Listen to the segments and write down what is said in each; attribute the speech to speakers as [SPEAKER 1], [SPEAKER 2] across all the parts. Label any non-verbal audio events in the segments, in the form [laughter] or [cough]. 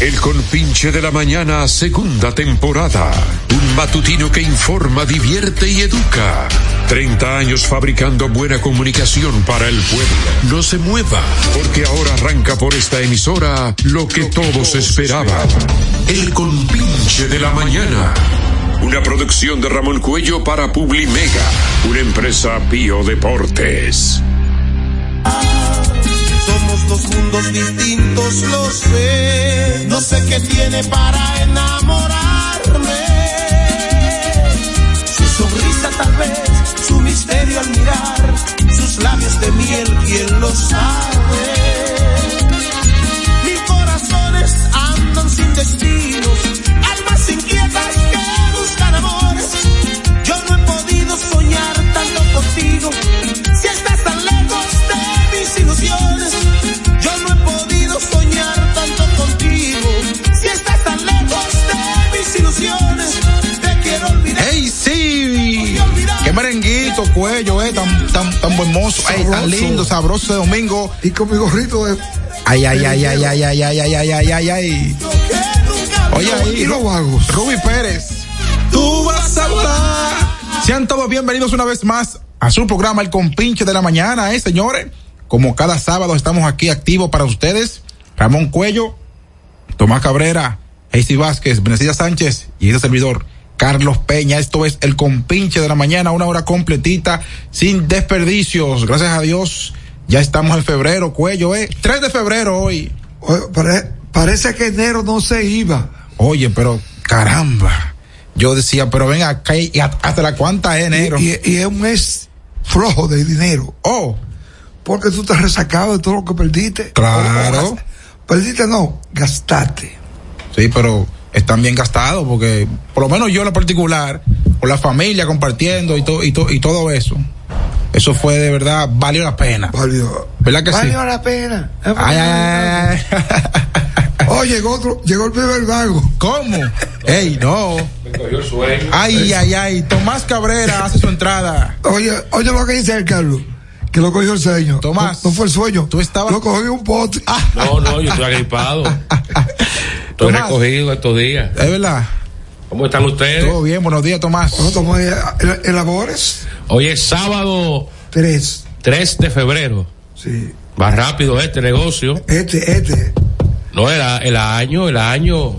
[SPEAKER 1] El compinche de la mañana, segunda temporada. Un matutino que informa, divierte y educa. 30 años fabricando buena comunicación para el pueblo. No se mueva, porque ahora arranca por esta emisora lo que todos esperaban. El compinche de la mañana. Una producción de Ramón Cuello para Publimega, una empresa Pío Deportes.
[SPEAKER 2] Somos dos mundos distintos, lo sé. No sé qué tiene para enamorarme. Su sonrisa tal vez, su misterio al mirar, sus labios de miel, quién lo sabe. Mis corazones andan sin destinos, almas inquietas que buscan amores. Yo no he podido soñar tanto contigo, si estás tan lejos de mis ilusiones. Yo no he podido soñar tanto contigo, si estás tan lejos de mis ilusiones. Te quiero olvidar.
[SPEAKER 3] ¡Ey, sí! ¡Qué merenguito, cuello, eh! Tan, tan, tan buen mozo. ¡Ey, tan
[SPEAKER 4] Sabroso.
[SPEAKER 3] lindo, sabroso de domingo!
[SPEAKER 4] Y con mi gorrito de.
[SPEAKER 3] ¡Ay, ay, ay, ay, ay, ay, ay, ay, ay, ay, ay! ay.
[SPEAKER 2] que nunca
[SPEAKER 3] Oye, ahí,
[SPEAKER 4] Y los
[SPEAKER 3] Ru-
[SPEAKER 4] vagos.
[SPEAKER 3] Ruby Pérez.
[SPEAKER 2] tú vas a volar.
[SPEAKER 3] Sean todos bienvenidos una vez más a su programa El Compinche de la Mañana, ¿eh, señores? Como cada sábado estamos aquí activos para ustedes. Ramón Cuello, Tomás Cabrera, Heisy Vázquez, Benesilla Sánchez y este servidor, Carlos Peña. Esto es El Compinche de la Mañana, una hora completita, sin desperdicios. Gracias a Dios, ya estamos en febrero, Cuello, ¿eh? 3 de febrero hoy.
[SPEAKER 4] Oye, pare- parece que enero no se iba.
[SPEAKER 3] Oye, pero caramba. Yo decía, pero ven acá, y a- ¿hasta la cuánta es enero?
[SPEAKER 4] Y, y es un mes flojo de dinero.
[SPEAKER 3] oh,
[SPEAKER 4] Porque tú te has resacado de todo lo que perdiste. Oh,
[SPEAKER 3] Claro.
[SPEAKER 4] O- o gas- Perdiste no, gastaste.
[SPEAKER 3] Sí, pero están bien gastados porque, por lo menos yo en lo particular, con la familia compartiendo y, to- y, to- y todo eso, eso fue de verdad, valió la pena.
[SPEAKER 4] Valió.
[SPEAKER 3] ¿Verdad Ah, que sí? [laughs]
[SPEAKER 4] Valió la pena.
[SPEAKER 3] Ay, ay, ay, ay.
[SPEAKER 4] Oh, llegó otro, llegó el primer vago.
[SPEAKER 3] ¿Cómo? ¡Ey, no! ¡Ay, ay, ay! Tomás Cabrera hace su entrada.
[SPEAKER 4] Oye, oye lo que dice el Carlos, que lo cogió el sueño.
[SPEAKER 3] Tomás,
[SPEAKER 4] No, no fue el sueño.
[SPEAKER 3] tú estabas- Ah,
[SPEAKER 4] Lo cogió un pote.
[SPEAKER 5] No, no, yo estoy agripado.
[SPEAKER 4] [laughs]
[SPEAKER 5] Estoy
[SPEAKER 3] Tomás.
[SPEAKER 5] recogido estos días.
[SPEAKER 4] Eh.
[SPEAKER 3] Es verdad.
[SPEAKER 5] ¿Cómo están ustedes?
[SPEAKER 3] Todo bien, buenos días, Tomás.
[SPEAKER 4] No, Tomás, el- elabores.
[SPEAKER 5] Hoy es sábado
[SPEAKER 4] Tres.
[SPEAKER 5] 3 de febrero.
[SPEAKER 4] Sí.
[SPEAKER 5] Va rápido este negocio.
[SPEAKER 4] Este, este.
[SPEAKER 5] No, el, a- el año, el año.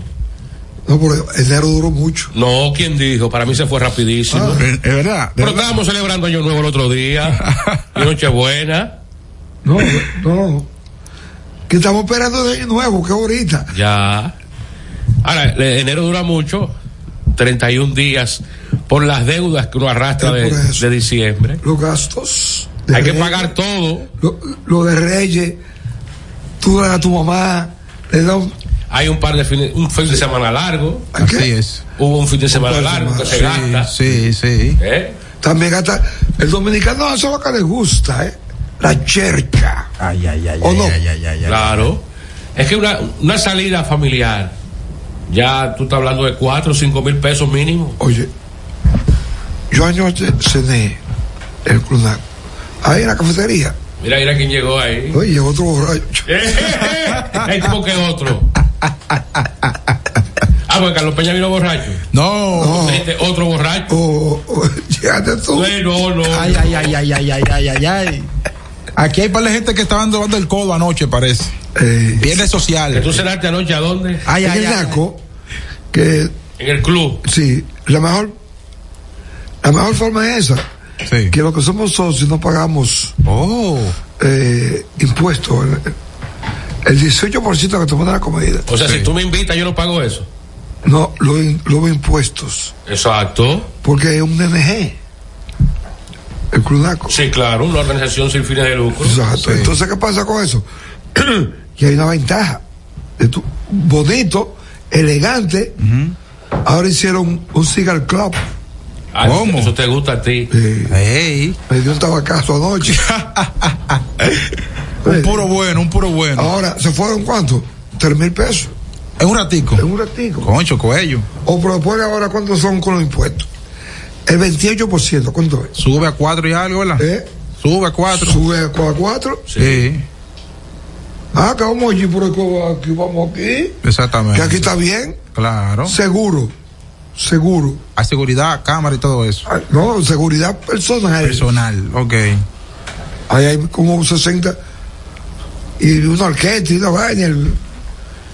[SPEAKER 4] No, pero enero duró mucho. Ah.
[SPEAKER 5] No, ¿quién dijo? Para mí se fue rapidísimo.
[SPEAKER 3] Es verdad. de
[SPEAKER 5] Pero
[SPEAKER 3] verdad.
[SPEAKER 5] estábamos celebrando Año Nuevo el otro
[SPEAKER 4] [laughs]
[SPEAKER 5] día. y Nochebuena.
[SPEAKER 4] No, no. Que estamos esperando de año nuevo, que ahorita.
[SPEAKER 5] Ya. Ahora, le- enero dura mucho. 31 días por las deudas que uno arrastra
[SPEAKER 4] Es
[SPEAKER 5] de,
[SPEAKER 4] por eso.
[SPEAKER 5] de diciembre.
[SPEAKER 4] Los gastos. de
[SPEAKER 5] Hay que
[SPEAKER 4] Reyes,
[SPEAKER 5] pagar todo.
[SPEAKER 4] Lo, lo de Reyes. Tú le das a tu mamá. Le das un.
[SPEAKER 5] Hay un par de fines, un fin de semana largo.
[SPEAKER 4] ¿a qué?
[SPEAKER 3] Así es.
[SPEAKER 5] Hubo un fin de semana
[SPEAKER 4] Un par de
[SPEAKER 5] largo que
[SPEAKER 4] semanas,
[SPEAKER 5] se gasta.
[SPEAKER 3] Sí, sí.
[SPEAKER 5] ¿eh?
[SPEAKER 4] También gasta. El dominicano hace lo que le gusta, ¿eh? La cherca.
[SPEAKER 3] Ay, ay, ay,
[SPEAKER 4] ¿O no?
[SPEAKER 5] Claro. Es que una, una salida familiar, ya tú estás hablando de 4 o 5 mil pesos mínimo.
[SPEAKER 4] Oye, yo anoche cené el clunac. Ahí en la cafetería.
[SPEAKER 5] Mira, mira quién llegó ahí. Eh,
[SPEAKER 4] Oye, llegó
[SPEAKER 5] [laughs]
[SPEAKER 4] otro borracho.
[SPEAKER 5] Hay tipo que otro. Ah, porque Carlos Peña vino borracho.
[SPEAKER 3] No.
[SPEAKER 5] Tú dijiste, otro borracho.
[SPEAKER 4] O, o- llegaste tú.
[SPEAKER 5] Bueno, no.
[SPEAKER 3] Ay, ay, ay, ay, ay, ay, ay, ay, ay. Aquí hay par de gente que estaban robando el codo anoche, parece.
[SPEAKER 4] Eh,
[SPEAKER 3] Viernes
[SPEAKER 5] Que tú
[SPEAKER 3] social.
[SPEAKER 5] cenaste anoche a dónde?
[SPEAKER 3] Ay,
[SPEAKER 4] en
[SPEAKER 3] ay,
[SPEAKER 4] el
[SPEAKER 3] ay.
[SPEAKER 4] Naco, que
[SPEAKER 5] En el club.
[SPEAKER 4] sí, la mejor, la mejor forma es esa,
[SPEAKER 3] Sí.
[SPEAKER 4] que los que somos socios no pagamos
[SPEAKER 3] Oh.
[SPEAKER 4] eh, impuestos. El, el 18% que te pone la comida,
[SPEAKER 5] O sea,
[SPEAKER 3] Sí.
[SPEAKER 5] si tú me invitas, yo no pago eso.
[SPEAKER 4] no, los in- los impuestos,
[SPEAKER 5] Exacto.
[SPEAKER 4] porque es un DNG, el Club Naco.
[SPEAKER 5] Sí, claro, una organización sin fines de lucro.
[SPEAKER 4] Exacto. Entonces, ¿qué pasa con eso? [clears throat] que hay una ventaja. de tu- bonito, elegante. Ahora hicieron un cigar club.
[SPEAKER 5] Ah,
[SPEAKER 3] ¿Cómo?
[SPEAKER 5] Eso te gusta a ti.
[SPEAKER 4] eh,
[SPEAKER 3] Ey.
[SPEAKER 4] me dio un tabacazo anoche.
[SPEAKER 3] Ah, Un puro bueno, un puro bueno.
[SPEAKER 4] Pues, Ahora, ¿se fueron cuánto? Tres mil pesos.
[SPEAKER 3] Es un ratico.
[SPEAKER 4] En un ratico.
[SPEAKER 3] Concho, cuello.
[SPEAKER 4] O pero después ahora cuánto son con los impuestos. El 28%, ¿cuánto es?
[SPEAKER 3] Sube a cuatro y algo, ¿verdad?
[SPEAKER 4] ¿Eh?
[SPEAKER 3] Sube a cuatro.
[SPEAKER 4] Sube a 4.
[SPEAKER 3] Sí.
[SPEAKER 4] Ah, Ah, que vamos allí, pero que aquí vamos aquí.
[SPEAKER 3] Exactamente.
[SPEAKER 4] Que aquí está bien.
[SPEAKER 3] Claro.
[SPEAKER 4] Seguro. Seguro.
[SPEAKER 3] Hay seguridad, cámara y todo eso.
[SPEAKER 4] Ah, No, seguridad personal.
[SPEAKER 3] Personal, ok.
[SPEAKER 4] Ahí hay como 60. Y una orquesta y una vaina. el-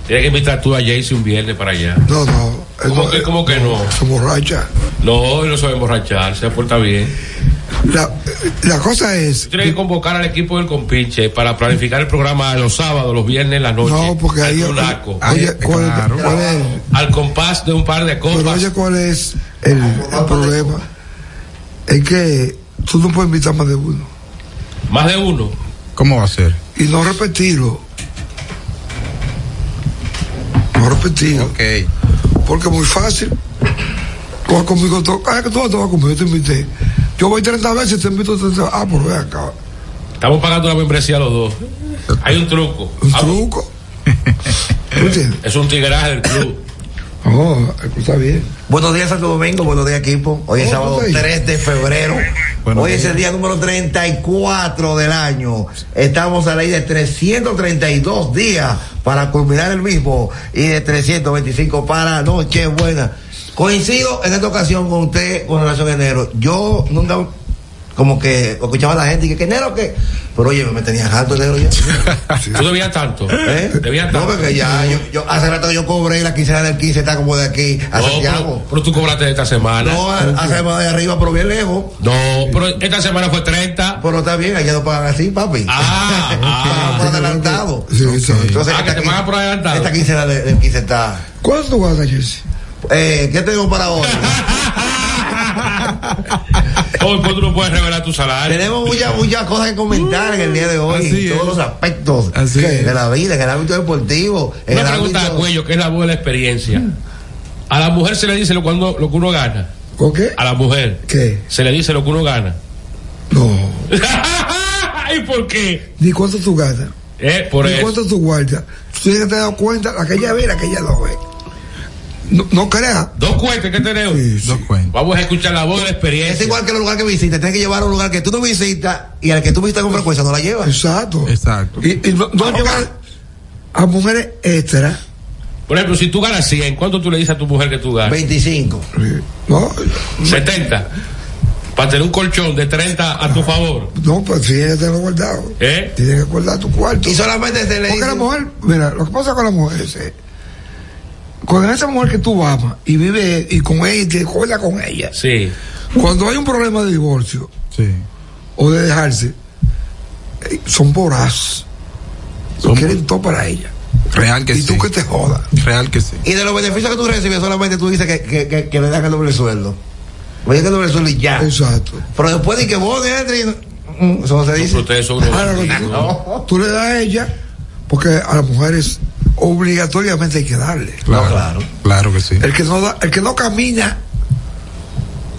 [SPEAKER 5] Tienes que invitar tú a Jayce un viernes para allá.
[SPEAKER 4] No, no. él
[SPEAKER 5] ¿Cómo
[SPEAKER 4] no-
[SPEAKER 5] que, cómo que no?
[SPEAKER 4] Se borracha.
[SPEAKER 5] No, él no sabe emborrachar, se porta bien.
[SPEAKER 4] La, la cosa es.
[SPEAKER 5] Tienes que convocar al equipo del compinche para planificar el programa los sábados, los viernes, la noche.
[SPEAKER 4] No, porque
[SPEAKER 5] Al
[SPEAKER 4] ahí.
[SPEAKER 5] Brunaco,
[SPEAKER 4] Oye, ¿cuál,
[SPEAKER 3] Claro.
[SPEAKER 4] cuál es?
[SPEAKER 5] al compás de un par de
[SPEAKER 4] Pero
[SPEAKER 5] copas.
[SPEAKER 4] oye, ¿cuál es el, el problema? Es que tú no puedes invitar más de uno.
[SPEAKER 5] Más de uno.
[SPEAKER 3] ¿Cómo va a ser?
[SPEAKER 4] Y no repetirlo. No repetirlo.
[SPEAKER 3] Ok.
[SPEAKER 4] Porque es muy fácil. Tú vas conmigo, tú, ah, que tú vas, tú vas conmigo, yo te invité. Yo voy 30 veces, te invito 30 Ah, pues ve acá.
[SPEAKER 5] Estamos pagando la membresía los dos. Hay un truco.
[SPEAKER 4] Un
[SPEAKER 5] Ah, [laughs]
[SPEAKER 4] truco. ¿Tú entiendes?
[SPEAKER 5] Es un tigraje del club.
[SPEAKER 4] Oh, está bien.
[SPEAKER 6] Buenos días, Santo Domingo. Buenos días, equipo. Hoy es
[SPEAKER 4] ¿Cómo
[SPEAKER 6] sábado
[SPEAKER 4] tú estás?
[SPEAKER 6] 3 de febrero.
[SPEAKER 3] Buenos
[SPEAKER 6] Hoy es
[SPEAKER 3] días.
[SPEAKER 6] el día número 34 del año. Estamos a la ley de 332 días para culminar el mismo y de 325 para Nochebuena. Coincido en esta ocasión con usted con relación a enero. Yo nunca como que escuchaba a la gente y que "¿Qué enero que pero oye me tenía harto
[SPEAKER 3] [laughs]
[SPEAKER 6] enero ya
[SPEAKER 5] Tú debías tanto.
[SPEAKER 6] ¿Eh?
[SPEAKER 5] Debías
[SPEAKER 6] no
[SPEAKER 5] tanto.
[SPEAKER 6] porque ya yo, yo- hace rato que yo cobré la quincena del 15 está como de aquí a
[SPEAKER 5] No,
[SPEAKER 6] Santiago
[SPEAKER 5] pero, pero tú cobraste esta semana.
[SPEAKER 6] no, hace más de arriba, pero bien lejos.
[SPEAKER 5] No, pero esta semana fue 30.
[SPEAKER 6] Pero está bien, allá no pagan así, papi. [laughs]
[SPEAKER 5] Ah,
[SPEAKER 6] Pagan por
[SPEAKER 5] ah,
[SPEAKER 6] adelantado.
[SPEAKER 4] Sí, sí.
[SPEAKER 6] Entonces,
[SPEAKER 5] Ah, que
[SPEAKER 6] esta
[SPEAKER 5] te
[SPEAKER 6] quin-
[SPEAKER 5] pagan por adelantado.
[SPEAKER 6] Esta quincena de- del 15 está.
[SPEAKER 4] ¿Cuánto tú vas a Jesse?
[SPEAKER 6] Eh, ¿Qué tengo para hoy?
[SPEAKER 5] [laughs] Hoy pues, tú no puedes revelar tu salario.
[SPEAKER 6] Tenemos muchas, muchas cosas que comentar en el día de hoy.
[SPEAKER 3] Así
[SPEAKER 6] en todos
[SPEAKER 3] es.
[SPEAKER 6] los aspectos
[SPEAKER 3] Así
[SPEAKER 6] de
[SPEAKER 3] es.
[SPEAKER 6] la vida, en el ámbito deportivo. En
[SPEAKER 5] Una
[SPEAKER 6] el
[SPEAKER 5] pregunta a
[SPEAKER 6] ámbito-
[SPEAKER 5] Cuello, que es la voz de la experiencia. A la mujer se le dice lo, cuando, lo que uno gana.
[SPEAKER 4] ¿Con qué?
[SPEAKER 5] A la mujer.
[SPEAKER 4] ¿Qué?
[SPEAKER 5] Se le dice lo que uno gana.
[SPEAKER 4] No.
[SPEAKER 5] Ah, ¿Y por qué?
[SPEAKER 4] Ni cuánto tú ganas.
[SPEAKER 5] Eh, por
[SPEAKER 4] ¿Y
[SPEAKER 5] eso.
[SPEAKER 4] cuánto tú guardas? Tú tienes que te dar cuenta, la que ella ve, la que ella no eh. ve. No, no creas.
[SPEAKER 5] Dos cuentas que tenemos.
[SPEAKER 3] Dos cuentas.
[SPEAKER 5] Vamos a escuchar la voz de la
[SPEAKER 6] Es
[SPEAKER 5] experiencia.
[SPEAKER 6] igual que el lugar que visitas. Tienes que llevar a un lugar que tú no visitas y al que tú visitas con frecuencia no la llevas.
[SPEAKER 4] Exacto.
[SPEAKER 3] Exacto.
[SPEAKER 4] Y, y no, no llevar a mujeres extras.
[SPEAKER 5] Por ejemplo, si tú ganas 100, ¿cuánto tú le dices a tu mujer que tú ganas?
[SPEAKER 6] 25.
[SPEAKER 4] No,
[SPEAKER 5] 70. Para tener un colchón de 30 a tu favor.
[SPEAKER 4] no, pues tienes que tenerlo guardado.
[SPEAKER 5] ¿Eh?
[SPEAKER 4] Tienes que guardar tu cuarto.
[SPEAKER 6] Y solamente se le
[SPEAKER 4] Porque
[SPEAKER 6] dice-
[SPEAKER 4] la mujer, mira, lo que pasa con la mujer es, eh, con esa mujer que tú amas y vive y con ella y te acuerdas con ella,
[SPEAKER 5] Sí.
[SPEAKER 4] cuando hay un problema de divorcio
[SPEAKER 3] Sí.
[SPEAKER 4] o de dejarse, eh, son voraz. Lo
[SPEAKER 3] Son-
[SPEAKER 4] quieren todo para ella.
[SPEAKER 3] Real que
[SPEAKER 4] y
[SPEAKER 3] sí.
[SPEAKER 4] tú que te jodas.
[SPEAKER 3] Real que sí.
[SPEAKER 6] Y de los beneficios que tú recibes, solamente tú dices que, que, que, que le dan el doble sueldo. Me dan el doble sueldo y ya.
[SPEAKER 4] Exacto.
[SPEAKER 6] Pero después de que vos, Henry, mm, eso no se
[SPEAKER 5] Pero
[SPEAKER 6] dice.
[SPEAKER 5] ustedes son unos
[SPEAKER 4] Ahora, lo que
[SPEAKER 6] [laughs]
[SPEAKER 4] tú-
[SPEAKER 6] No.
[SPEAKER 4] tú le das a ella, porque a las mujeres obligatoriamente hay que darle.
[SPEAKER 3] Claro.
[SPEAKER 6] claro.
[SPEAKER 3] Claro que sí.
[SPEAKER 4] El que no da, el que no camina,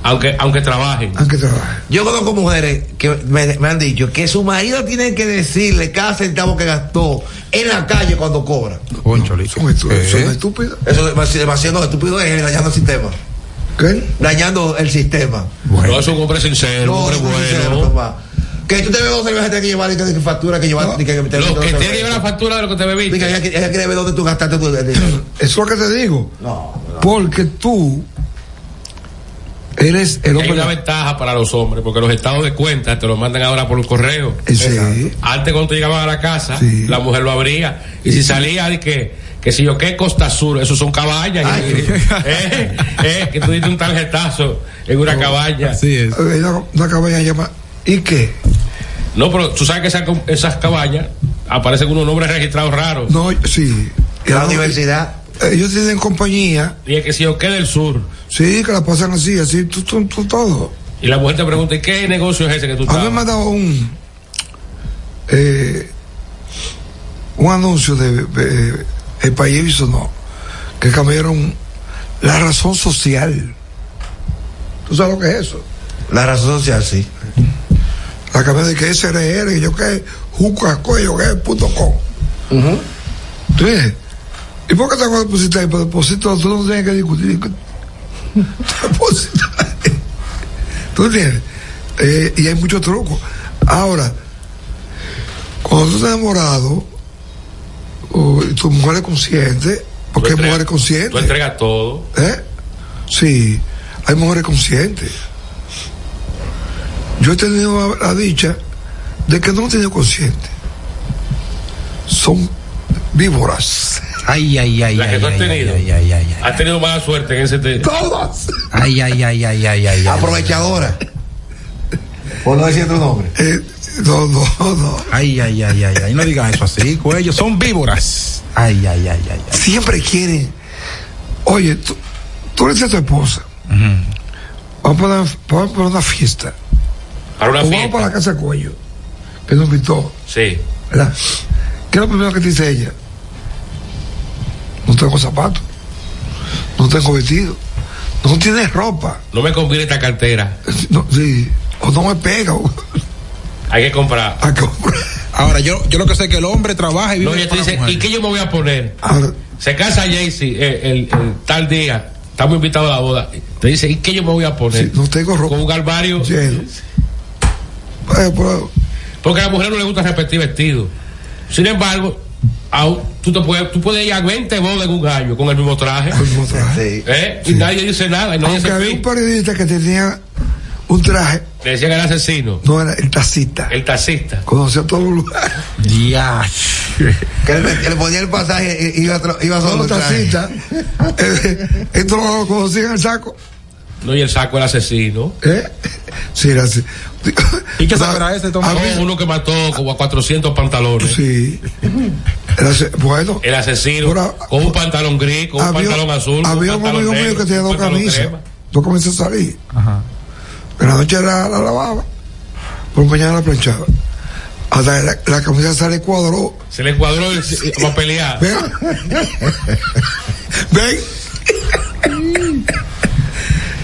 [SPEAKER 5] aunque, aunque trabajen.
[SPEAKER 4] aunque trabaje.
[SPEAKER 6] Yo conozco mujeres que me, me han dicho que su marido tiene que decirle cada centavo que gastó en la calle cuando cobra.
[SPEAKER 7] ¿Eh?
[SPEAKER 3] Cónchale.
[SPEAKER 4] Son estúpidos.
[SPEAKER 3] ¿Qué?
[SPEAKER 4] Son estúpidos.
[SPEAKER 6] Eso es demasi- demasiado estúpido es dañando el sistema.
[SPEAKER 4] ¿Qué?
[SPEAKER 6] Dañando el sistema.
[SPEAKER 5] No, es un hombre sincero, un hombre
[SPEAKER 6] no,
[SPEAKER 5] bueno.
[SPEAKER 6] sincero, papá. Que tú te ves dos cervezas, tienes que llevar y que, que factura, que llevar. y que, te
[SPEAKER 5] Lo que tiene que llevar la factura de lo que te
[SPEAKER 6] Dice que
[SPEAKER 5] bebiste.
[SPEAKER 6] ella, ella quiere ver dónde tú gastaste tu el dinero.
[SPEAKER 4] Eso es lo que te digo.
[SPEAKER 6] No.
[SPEAKER 4] Porque tú eres
[SPEAKER 5] Hay
[SPEAKER 4] el
[SPEAKER 5] una
[SPEAKER 4] hombre.
[SPEAKER 5] ventaja para los hombres, porque los estados de cuenta te lo mandan ahora por correo.
[SPEAKER 4] Eh, sí.
[SPEAKER 5] Antes cuando tú llegabas a la casa,
[SPEAKER 4] Sí.
[SPEAKER 5] la mujer lo abría. Y si salía de que, que si yo qué Costa Azul, eso son cabañas.
[SPEAKER 6] Ay,
[SPEAKER 5] Y-
[SPEAKER 4] [laughs]
[SPEAKER 5] eh, eh, que tú diste un tarjetazo en una cabaña.
[SPEAKER 3] Así es.
[SPEAKER 4] Hay Una, una cabaña llamada. ¿Y qué?
[SPEAKER 5] No, pero tú sabes que esas, esas cabañas aparecen unos nombres registrados raros.
[SPEAKER 4] No, sí.
[SPEAKER 6] La universidad.
[SPEAKER 4] Eh, Ellos tienen compañía.
[SPEAKER 5] Y es que si yo qué del sur.
[SPEAKER 4] Sí, que la pasan así, así, tú, tú, tú, todo.
[SPEAKER 5] Y la mujer te pregunta, ¿y qué negocio es ese que tú
[SPEAKER 4] A mí me ha
[SPEAKER 5] estás?
[SPEAKER 4] dado un. eh, un anuncio de, de- El País no, que cambiaron la razón social. ¿Tú sabes lo que es eso?
[SPEAKER 6] La razón social, sí.
[SPEAKER 4] La cabeza de que SRR, yo que Juca, Coyo, que punto com. ¿Tú ves? ¿Y por qué te acuerdas pusiste ahí? Pues deposito, tú no tienes que discutir. Te deposito ahí. Pues, [laughs] ¿Tú entiendes? Eh, y hay muchos trucos. Ahora, cuando tú estás enamorado, tu mujer es consciente, porque hay
[SPEAKER 5] entregas-
[SPEAKER 4] mujeres
[SPEAKER 5] Tú
[SPEAKER 4] conscientes.
[SPEAKER 5] entregas todo.
[SPEAKER 4] ¿eh? Sí, hay mujeres conscientes. Yo he tenido la, la dicha de que no he tenido consciente. Son víboras.
[SPEAKER 7] Ay, ay, ay,
[SPEAKER 5] La que
[SPEAKER 7] ay,
[SPEAKER 5] tú has
[SPEAKER 7] ay,
[SPEAKER 5] tenido.
[SPEAKER 7] ay, ay, ay, ay.
[SPEAKER 5] Has tenido mala suerte en ese tema.
[SPEAKER 4] Todas.
[SPEAKER 7] Ay, ay, ay, ay, ay, ay, ay.
[SPEAKER 6] Aprovechadora. Por no decir tu nombre.
[SPEAKER 4] Eh, no, no, no.
[SPEAKER 3] Ay, ay, ay, ay, ay, no digas eso así, cuello. Son víboras.
[SPEAKER 7] Ay, ay, ay, ay, ay.
[SPEAKER 4] siempre quieren. Oye, tú, tú le dices a tu esposa, vamos, para una, vamos para una fiesta,
[SPEAKER 5] Para una
[SPEAKER 4] o vamos para
[SPEAKER 5] fiesta.
[SPEAKER 4] la casa de Cuello, que nos invitó,
[SPEAKER 5] Sí.
[SPEAKER 4] ¿verdad? ¿Qué es lo primero que te dice ella? No tengo zapatos, no tengo vestido, no tienes ropa,
[SPEAKER 5] No me conviene esta cartera.
[SPEAKER 4] no, sí, o no me pega o-
[SPEAKER 5] Hay que comprar.
[SPEAKER 4] a comprar.
[SPEAKER 3] Ahora, yo, yo lo que sé es que el hombre trabaja y vive
[SPEAKER 5] No, y tú
[SPEAKER 3] para la
[SPEAKER 5] dices,
[SPEAKER 3] mujer.
[SPEAKER 5] ¿y qué yo me voy a poner?
[SPEAKER 4] Ahora,
[SPEAKER 5] Se casa Jaycee eh, el, el- el tal día. Estamos invitados a la boda. Te dice, ¿y qué yo me voy a poner?
[SPEAKER 4] sí, no tengo
[SPEAKER 5] Con
[SPEAKER 4] ropa.
[SPEAKER 5] un galvario.
[SPEAKER 4] Lleno. Eh, pero-
[SPEAKER 5] Porque a la mujer no le gusta repetir vestido. Sin embargo, aún- tú, te puedes, tú puedes ir a 20 bodas en un año con el mismo traje.
[SPEAKER 4] ¿cómo traje?
[SPEAKER 6] Sí.
[SPEAKER 5] ¿eh? Y nadie dice nada. Y nadie
[SPEAKER 4] Aunque
[SPEAKER 5] se
[SPEAKER 4] había un
[SPEAKER 5] fija.
[SPEAKER 4] periodista que tenía un traje,
[SPEAKER 5] Le decían el asesino,
[SPEAKER 4] no era el tacita.
[SPEAKER 5] el taxista.
[SPEAKER 4] Conocía todos los lugares.
[SPEAKER 3] Ya.
[SPEAKER 6] Que él, que le ponía el pasaje y iba, tra- iba solo.
[SPEAKER 4] Todos los
[SPEAKER 6] el traje.
[SPEAKER 4] tacitas. eh, [laughs] Esto lo conocían en
[SPEAKER 6] [laughs]
[SPEAKER 4] el saco.
[SPEAKER 5] No, y el saco el asesino.
[SPEAKER 4] ¿Eh? Sí, era así.
[SPEAKER 3] ¿Y qué sabrá ese, Tomás?
[SPEAKER 4] A
[SPEAKER 5] No,
[SPEAKER 4] mí-
[SPEAKER 5] uno que mató como a 400 pantalones.
[SPEAKER 4] Sí. Era así. Bueno,
[SPEAKER 5] El asesino
[SPEAKER 4] Ahora,
[SPEAKER 5] con un pantalón gris, con un pantalón azul.
[SPEAKER 4] había un amigo mío que tenía dos camisas. Dos camisas a salir. En la noche la, la lavaba. Por la mañana la planchaba. Hasta que la, la camisa sale cuadró.
[SPEAKER 5] Se le cuadró el, para pelear.
[SPEAKER 4] Ven. Ven.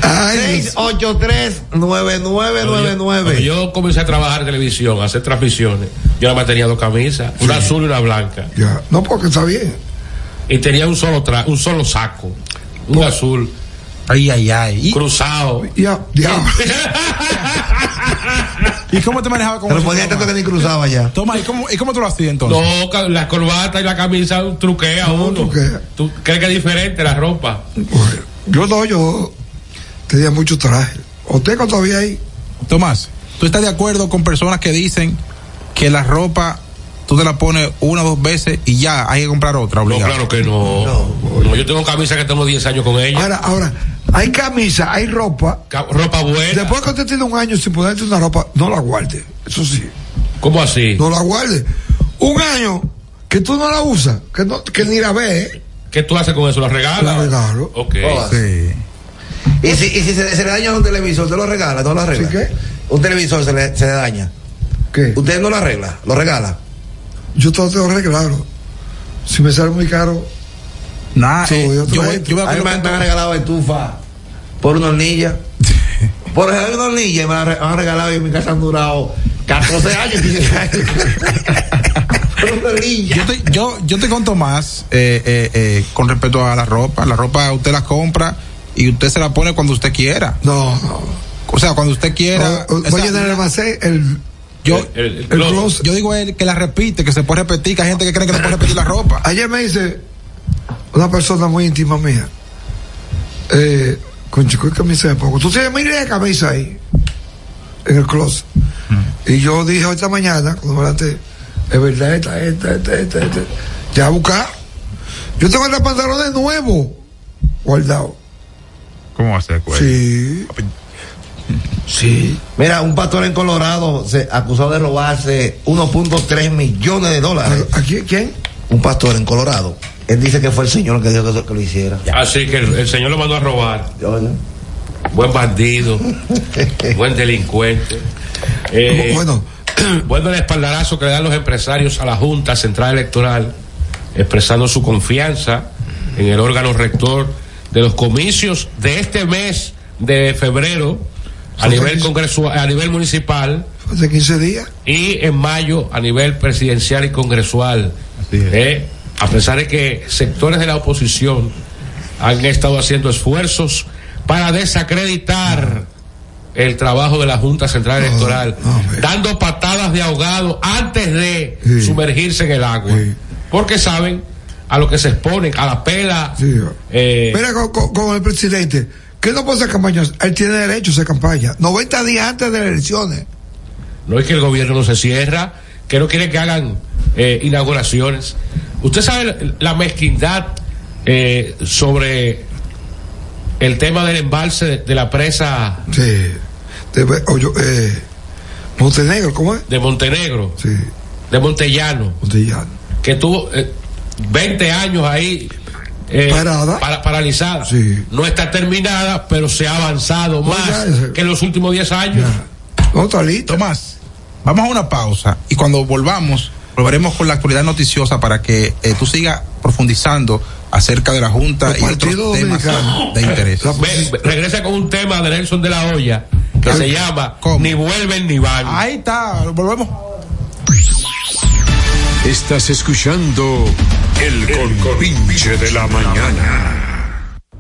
[SPEAKER 4] Ay,
[SPEAKER 6] 683-9999.
[SPEAKER 5] Cuando yo comencé a trabajar en televisión, a hacer transmisiones, yo nada más tenía dos camisas, una azul y una blanca.
[SPEAKER 4] ya. No, porque está bien.
[SPEAKER 5] Y tenía un solo tra un solo saco, un azul,
[SPEAKER 7] Ay, ay, ay. Y-
[SPEAKER 5] cruzado.
[SPEAKER 4] Ya,
[SPEAKER 5] [laughs]
[SPEAKER 4] ya.
[SPEAKER 3] ¿Y cómo te manejabas con
[SPEAKER 6] Pero
[SPEAKER 3] eso,
[SPEAKER 6] ponía tanto que
[SPEAKER 3] Tomás?
[SPEAKER 6] ni cruzaba ya.
[SPEAKER 3] Toma, ¿y cómo, ¿y cómo tú lo hacías entonces?
[SPEAKER 5] No, ca- la corbata y la camisa truquea a uno.
[SPEAKER 4] truquea.
[SPEAKER 5] ¿Tú crees que es diferente la ropa?
[SPEAKER 4] Bueno, yo no, yo tenía muchos trajes. O tengo todavía ahí.
[SPEAKER 3] Tomás, ¿tú estás de acuerdo con personas que dicen que la ropa tú te la pones una o dos veces y ya hay que comprar otra
[SPEAKER 5] No,
[SPEAKER 3] obligado?
[SPEAKER 5] claro que no. No, yo tengo camisa que tengo 10 años con ella.
[SPEAKER 4] Ahora, ahora, hay camisa, hay ropa.
[SPEAKER 5] Ca- ropa buena.
[SPEAKER 4] Después que usted tiene un año sin ponerte una ropa, no la guarde. Eso sí,
[SPEAKER 5] ¿Cómo así?
[SPEAKER 4] no la guarde. Un año que tú no la usas, que, no, que ni la ves, ¿eh?
[SPEAKER 5] ¿Qué tú haces con eso? ¿La regalas?
[SPEAKER 4] La regalo.
[SPEAKER 5] Ok.
[SPEAKER 6] Todas.
[SPEAKER 3] Sí.
[SPEAKER 6] Y si, y si se, se le daña un televisor, usted lo regala, no lo arregla.
[SPEAKER 4] ¿Sí qué?
[SPEAKER 6] Un televisor se le, se le daña.
[SPEAKER 4] ¿Qué?
[SPEAKER 6] Usted no lo arregla, lo regala.
[SPEAKER 4] Yo todo tengo que arreglarlo. Si me sale muy caro,
[SPEAKER 3] Nah,
[SPEAKER 4] Sí,
[SPEAKER 3] eh,
[SPEAKER 4] yo
[SPEAKER 3] yo, voy-
[SPEAKER 4] traje-
[SPEAKER 3] yo voy a
[SPEAKER 6] A mí me,
[SPEAKER 3] colocar-
[SPEAKER 6] han- me han regalado estufa por
[SPEAKER 3] [laughs]
[SPEAKER 6] una hornilla. Por regalar una hornilla y me la re- me han regalado y en mi casa han durado 14 años. 15 años.
[SPEAKER 3] [laughs]
[SPEAKER 6] por una
[SPEAKER 3] yo
[SPEAKER 6] hornilla.
[SPEAKER 3] estoy, yo, yo estoy con Tomás eh, eh, eh, con respecto a la ropa. La ropa usted la compra y usted se la pone cuando usted quiera.
[SPEAKER 4] no, no.
[SPEAKER 3] O sea, cuando usted quiera.
[SPEAKER 4] O- o-
[SPEAKER 3] O
[SPEAKER 4] voy a
[SPEAKER 3] sea,
[SPEAKER 4] llenar el almacén, el,
[SPEAKER 3] yo,
[SPEAKER 5] El, el
[SPEAKER 4] el
[SPEAKER 5] closet.
[SPEAKER 4] closet.
[SPEAKER 3] yo digo él que la repite, que se puede repetir, que hay gente que cree que no puede repetir la ropa.
[SPEAKER 4] Ayer me dice una persona muy íntima mía, eh, con chico y camisa de poco. Tú tienes miles de camisas ahí, en el closet.
[SPEAKER 5] Mm.
[SPEAKER 4] Y yo dije esta mañana, cuando me levanté, es verdad, esta, esta, esta, esta, esta. Ya a buscar. Yo tengo el pantalón de nuevo guardado.
[SPEAKER 3] ¿Cómo va a ser,
[SPEAKER 4] Sí. Sí.
[SPEAKER 6] Mira, un pastor en Colorado se acusó de robarse 1.3 millones de dólares.
[SPEAKER 4] ¿A, a quién? quién?
[SPEAKER 6] Un pastor en Colorado. Él dice que fue el Señor el que dijo que, eso- que lo hiciera.
[SPEAKER 5] Así Ah, que el, el señor lo mandó a robar.
[SPEAKER 6] Oye.
[SPEAKER 5] Buen
[SPEAKER 4] [laughs]
[SPEAKER 5] bandido, buen delincuente. Eh, [clears throat]
[SPEAKER 4] Bueno,
[SPEAKER 5] Vuelve el espaldarazo que le dan los empresarios a la Junta Central Electoral, expresando su confianza en el órgano rector de los comicios de este mes de febrero a
[SPEAKER 4] Son
[SPEAKER 5] nivel
[SPEAKER 4] felices.
[SPEAKER 5] congresual, a nivel municipal
[SPEAKER 4] hace 15 días.
[SPEAKER 5] y en mayo a nivel presidencial y congresual. Eh, a pesar de que sectores de la oposición han estado haciendo esfuerzos para desacreditar el trabajo de la Junta Central Electoral,
[SPEAKER 4] no, hombre.
[SPEAKER 5] dando patadas de ahogado antes de
[SPEAKER 4] Sí.
[SPEAKER 5] sumergirse en el agua.
[SPEAKER 4] Sí.
[SPEAKER 5] Porque saben a lo que se exponen, a la pela.
[SPEAKER 4] Sí.
[SPEAKER 5] eh,
[SPEAKER 4] Mira, con, con- con el presidente, que no puede hacer campaña. Él tiene derecho a hacer campaña. 90 días antes de las elecciones.
[SPEAKER 5] No es que el gobierno no se cierra, que no quiere que hagan eh, inauguraciones. Usted sabe la mezquindad eh, sobre el tema del embalse de, de la presa
[SPEAKER 4] Sí. Debe- o yo, eh, Montenegro, ¿cómo es?
[SPEAKER 5] de Montenegro,
[SPEAKER 4] Sí,
[SPEAKER 5] de Montellano,
[SPEAKER 4] Montellano.
[SPEAKER 5] que tuvo eh, 20 años ahí. eh,
[SPEAKER 4] Parada.
[SPEAKER 5] para- paralizada.
[SPEAKER 4] Sí.
[SPEAKER 5] No está terminada, pero se ha avanzado
[SPEAKER 4] Pues
[SPEAKER 5] más
[SPEAKER 4] ya, ya.
[SPEAKER 5] que en los últimos 10 años.
[SPEAKER 4] No, está listo.
[SPEAKER 3] Tomás, vamos a una pausa y cuando volvamos, volveremos con la actualidad noticiosa para que eh, tú sigas profundizando acerca de la Junta
[SPEAKER 4] Los
[SPEAKER 3] y otros
[SPEAKER 4] partidos
[SPEAKER 3] temas
[SPEAKER 4] dominicanos.
[SPEAKER 3] de interés.
[SPEAKER 4] La-
[SPEAKER 5] Ve- ve- regresa con un tema de Nelson de la Hoya que se llama
[SPEAKER 3] ¿Cómo?
[SPEAKER 5] Ni vuelven ni van.
[SPEAKER 3] Ahí está, volvemos.
[SPEAKER 1] Estás escuchando el, compinche de la mañana.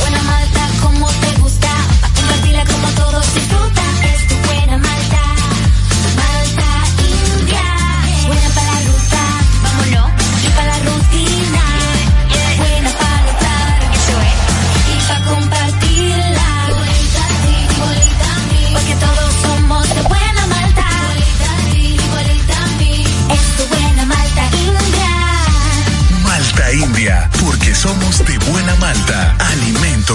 [SPEAKER 2] buena malta, como te gusta, pa' compartirla como todos disfrutan, es tu buena malta, malta india, buena para la ruta, vámonos, y para la rutina, buena para notar, eso es, y pa' compartirla, igualita a ti, igualita a mí, porque todos somos de buena malta, igualita a ti, igualita a mí, es tu buena malta india.
[SPEAKER 8] Malta India, porque somos de buena malta, alimento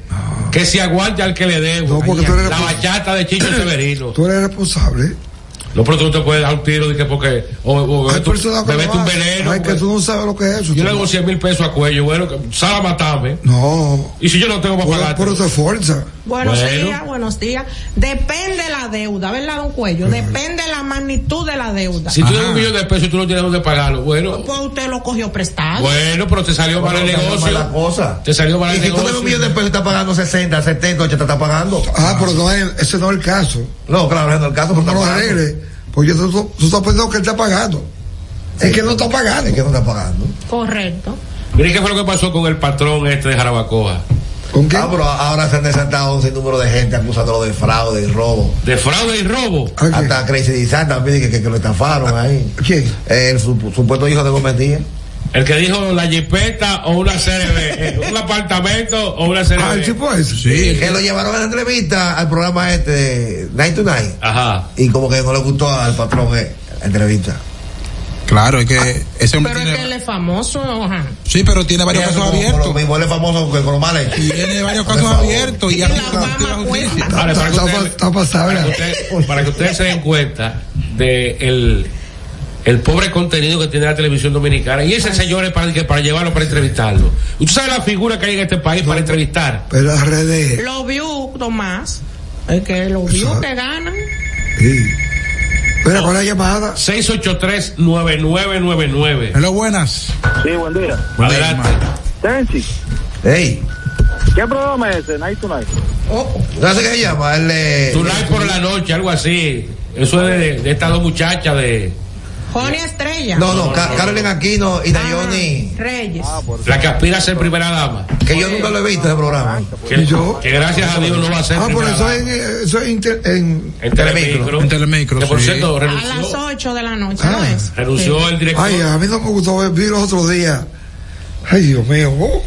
[SPEAKER 5] Que se aguante al que le debo.
[SPEAKER 4] Ah. porque tú eres
[SPEAKER 5] la
[SPEAKER 4] respons-
[SPEAKER 5] bachata de
[SPEAKER 4] [clears throat]
[SPEAKER 5] Chicho Severino.
[SPEAKER 4] Tú eres responsable.
[SPEAKER 5] No, pero tú no te puedes dar un tiro de que porque. O, o bebete un-
[SPEAKER 4] personas que
[SPEAKER 5] bebete
[SPEAKER 4] lo
[SPEAKER 5] un
[SPEAKER 4] hacen.
[SPEAKER 5] veneno.
[SPEAKER 4] Ay, que tú no sabes lo que es eso.
[SPEAKER 5] Yo
[SPEAKER 4] tú
[SPEAKER 5] le
[SPEAKER 4] no.
[SPEAKER 5] hago 100 mil pesos a cuello, bueno, que- sal a matarme.
[SPEAKER 4] No.
[SPEAKER 5] Y si yo no tengo para pagar.
[SPEAKER 4] Por eso fuerza.
[SPEAKER 9] Buenos
[SPEAKER 5] Bueno.
[SPEAKER 9] días, buenos días. Depende la deuda, ¿verdad, don Cuello? Depende la magnitud de la deuda.
[SPEAKER 5] Si tú tienes
[SPEAKER 4] Ah.
[SPEAKER 5] un millón de pesos y tú no tienes dónde pagarlo, bueno.
[SPEAKER 9] Pues usted lo cogió prestado.
[SPEAKER 5] Bueno, pero te salió mal el negocio. Te salió mal
[SPEAKER 6] Y
[SPEAKER 5] el
[SPEAKER 6] si tú tienes un millón
[SPEAKER 5] negocio.
[SPEAKER 6] de pesos, estás pagando 60, 70, 80, estás pagando.
[SPEAKER 4] Ah, pero no es, ese no es el caso.
[SPEAKER 6] No, claro, no es el caso.
[SPEAKER 4] No lo arregle. Porque tú, tú, tú estás pensando que él está pagando. Es que no está pagando. Es que no está pagando.
[SPEAKER 9] Correcto.
[SPEAKER 5] Mire qué fue lo que pasó con el patrón este de Jarabacoa.
[SPEAKER 4] ¿Con
[SPEAKER 6] qué? Ah, pero ahora se han desatado un sinnúmero de gente acusándolo de fraude y robo.
[SPEAKER 5] ¿De fraude y robo?
[SPEAKER 6] Hasta Crazy Design también, que, que, que lo estafaron ahí.
[SPEAKER 4] ¿Quién?
[SPEAKER 6] El sup- supuesto hijo de Gómez Díaz.
[SPEAKER 5] El que dijo la jipeta o una CRB,
[SPEAKER 4] [laughs]
[SPEAKER 5] eh, un apartamento o una
[SPEAKER 4] Ah,
[SPEAKER 5] CRB.
[SPEAKER 6] Sí. Que lo llevaron a la entrevista al programa este de Night to Night.
[SPEAKER 5] Ajá.
[SPEAKER 6] Y como que no le gustó al patrón eh, la entrevista.
[SPEAKER 3] Claro, es
[SPEAKER 5] Ah.
[SPEAKER 3] que ese hombre
[SPEAKER 9] Pero es que
[SPEAKER 3] tiene.
[SPEAKER 9] él es famoso, ajá.
[SPEAKER 3] Sí, pero tiene varios casos abiertos.
[SPEAKER 6] Lo mismo, él es famoso que con lo mal hecho.
[SPEAKER 3] Tiene
[SPEAKER 6] [laughs]
[SPEAKER 3] varios casos abiertos y ya
[SPEAKER 5] Ahora, para que ustedes- para que
[SPEAKER 4] pasable.
[SPEAKER 5] ustedes- para que ustedes se den cuenta de el, el pobre contenido que tiene la televisión dominicana. Y ese señor es para, que- para llevarlo, para entrevistarlo. ¿Usted sabe la figura que hay en este país para entrevistar?
[SPEAKER 4] Pero las redes.
[SPEAKER 9] Lo vio Tomás. Es que lo vio que ganan.
[SPEAKER 4] Mira, ¿cuál es la llamada?
[SPEAKER 5] 683-9999.
[SPEAKER 3] Hello, buenas.
[SPEAKER 10] Sí, buen día.
[SPEAKER 5] Adelante.
[SPEAKER 10] Tensi,
[SPEAKER 6] Ey,
[SPEAKER 10] ¿qué programa es ese? Night to Night.
[SPEAKER 4] Oh.
[SPEAKER 6] no sé qué se llama. Él, eh,
[SPEAKER 5] Tonight por la noche, algo así. Eso es de, de estas dos muchachas de.
[SPEAKER 9] Joni Estrella. Ah,
[SPEAKER 6] No, no, Ca- Carolyn Aquino y Dayoni.
[SPEAKER 9] Reyes.
[SPEAKER 5] La que aspira a ser primera dama.
[SPEAKER 6] Que yo nunca lo he visto ese programa.
[SPEAKER 5] Que, que gracias a Dios no va a ser
[SPEAKER 4] Ah, por
[SPEAKER 5] primera
[SPEAKER 4] eso
[SPEAKER 5] dama.
[SPEAKER 4] es en, eh, eso es inter- en,
[SPEAKER 5] En Telemicro.
[SPEAKER 3] En Telemicro,
[SPEAKER 5] Que por
[SPEAKER 3] sí.
[SPEAKER 5] cierto,
[SPEAKER 9] A
[SPEAKER 5] renunció.
[SPEAKER 9] las 8 de la noche, ¿no es?
[SPEAKER 5] Renunció
[SPEAKER 9] Sí.
[SPEAKER 5] el director.
[SPEAKER 4] Ay, a mí no me gustó ver, vi los otros días. Ay, Dios mío. oh.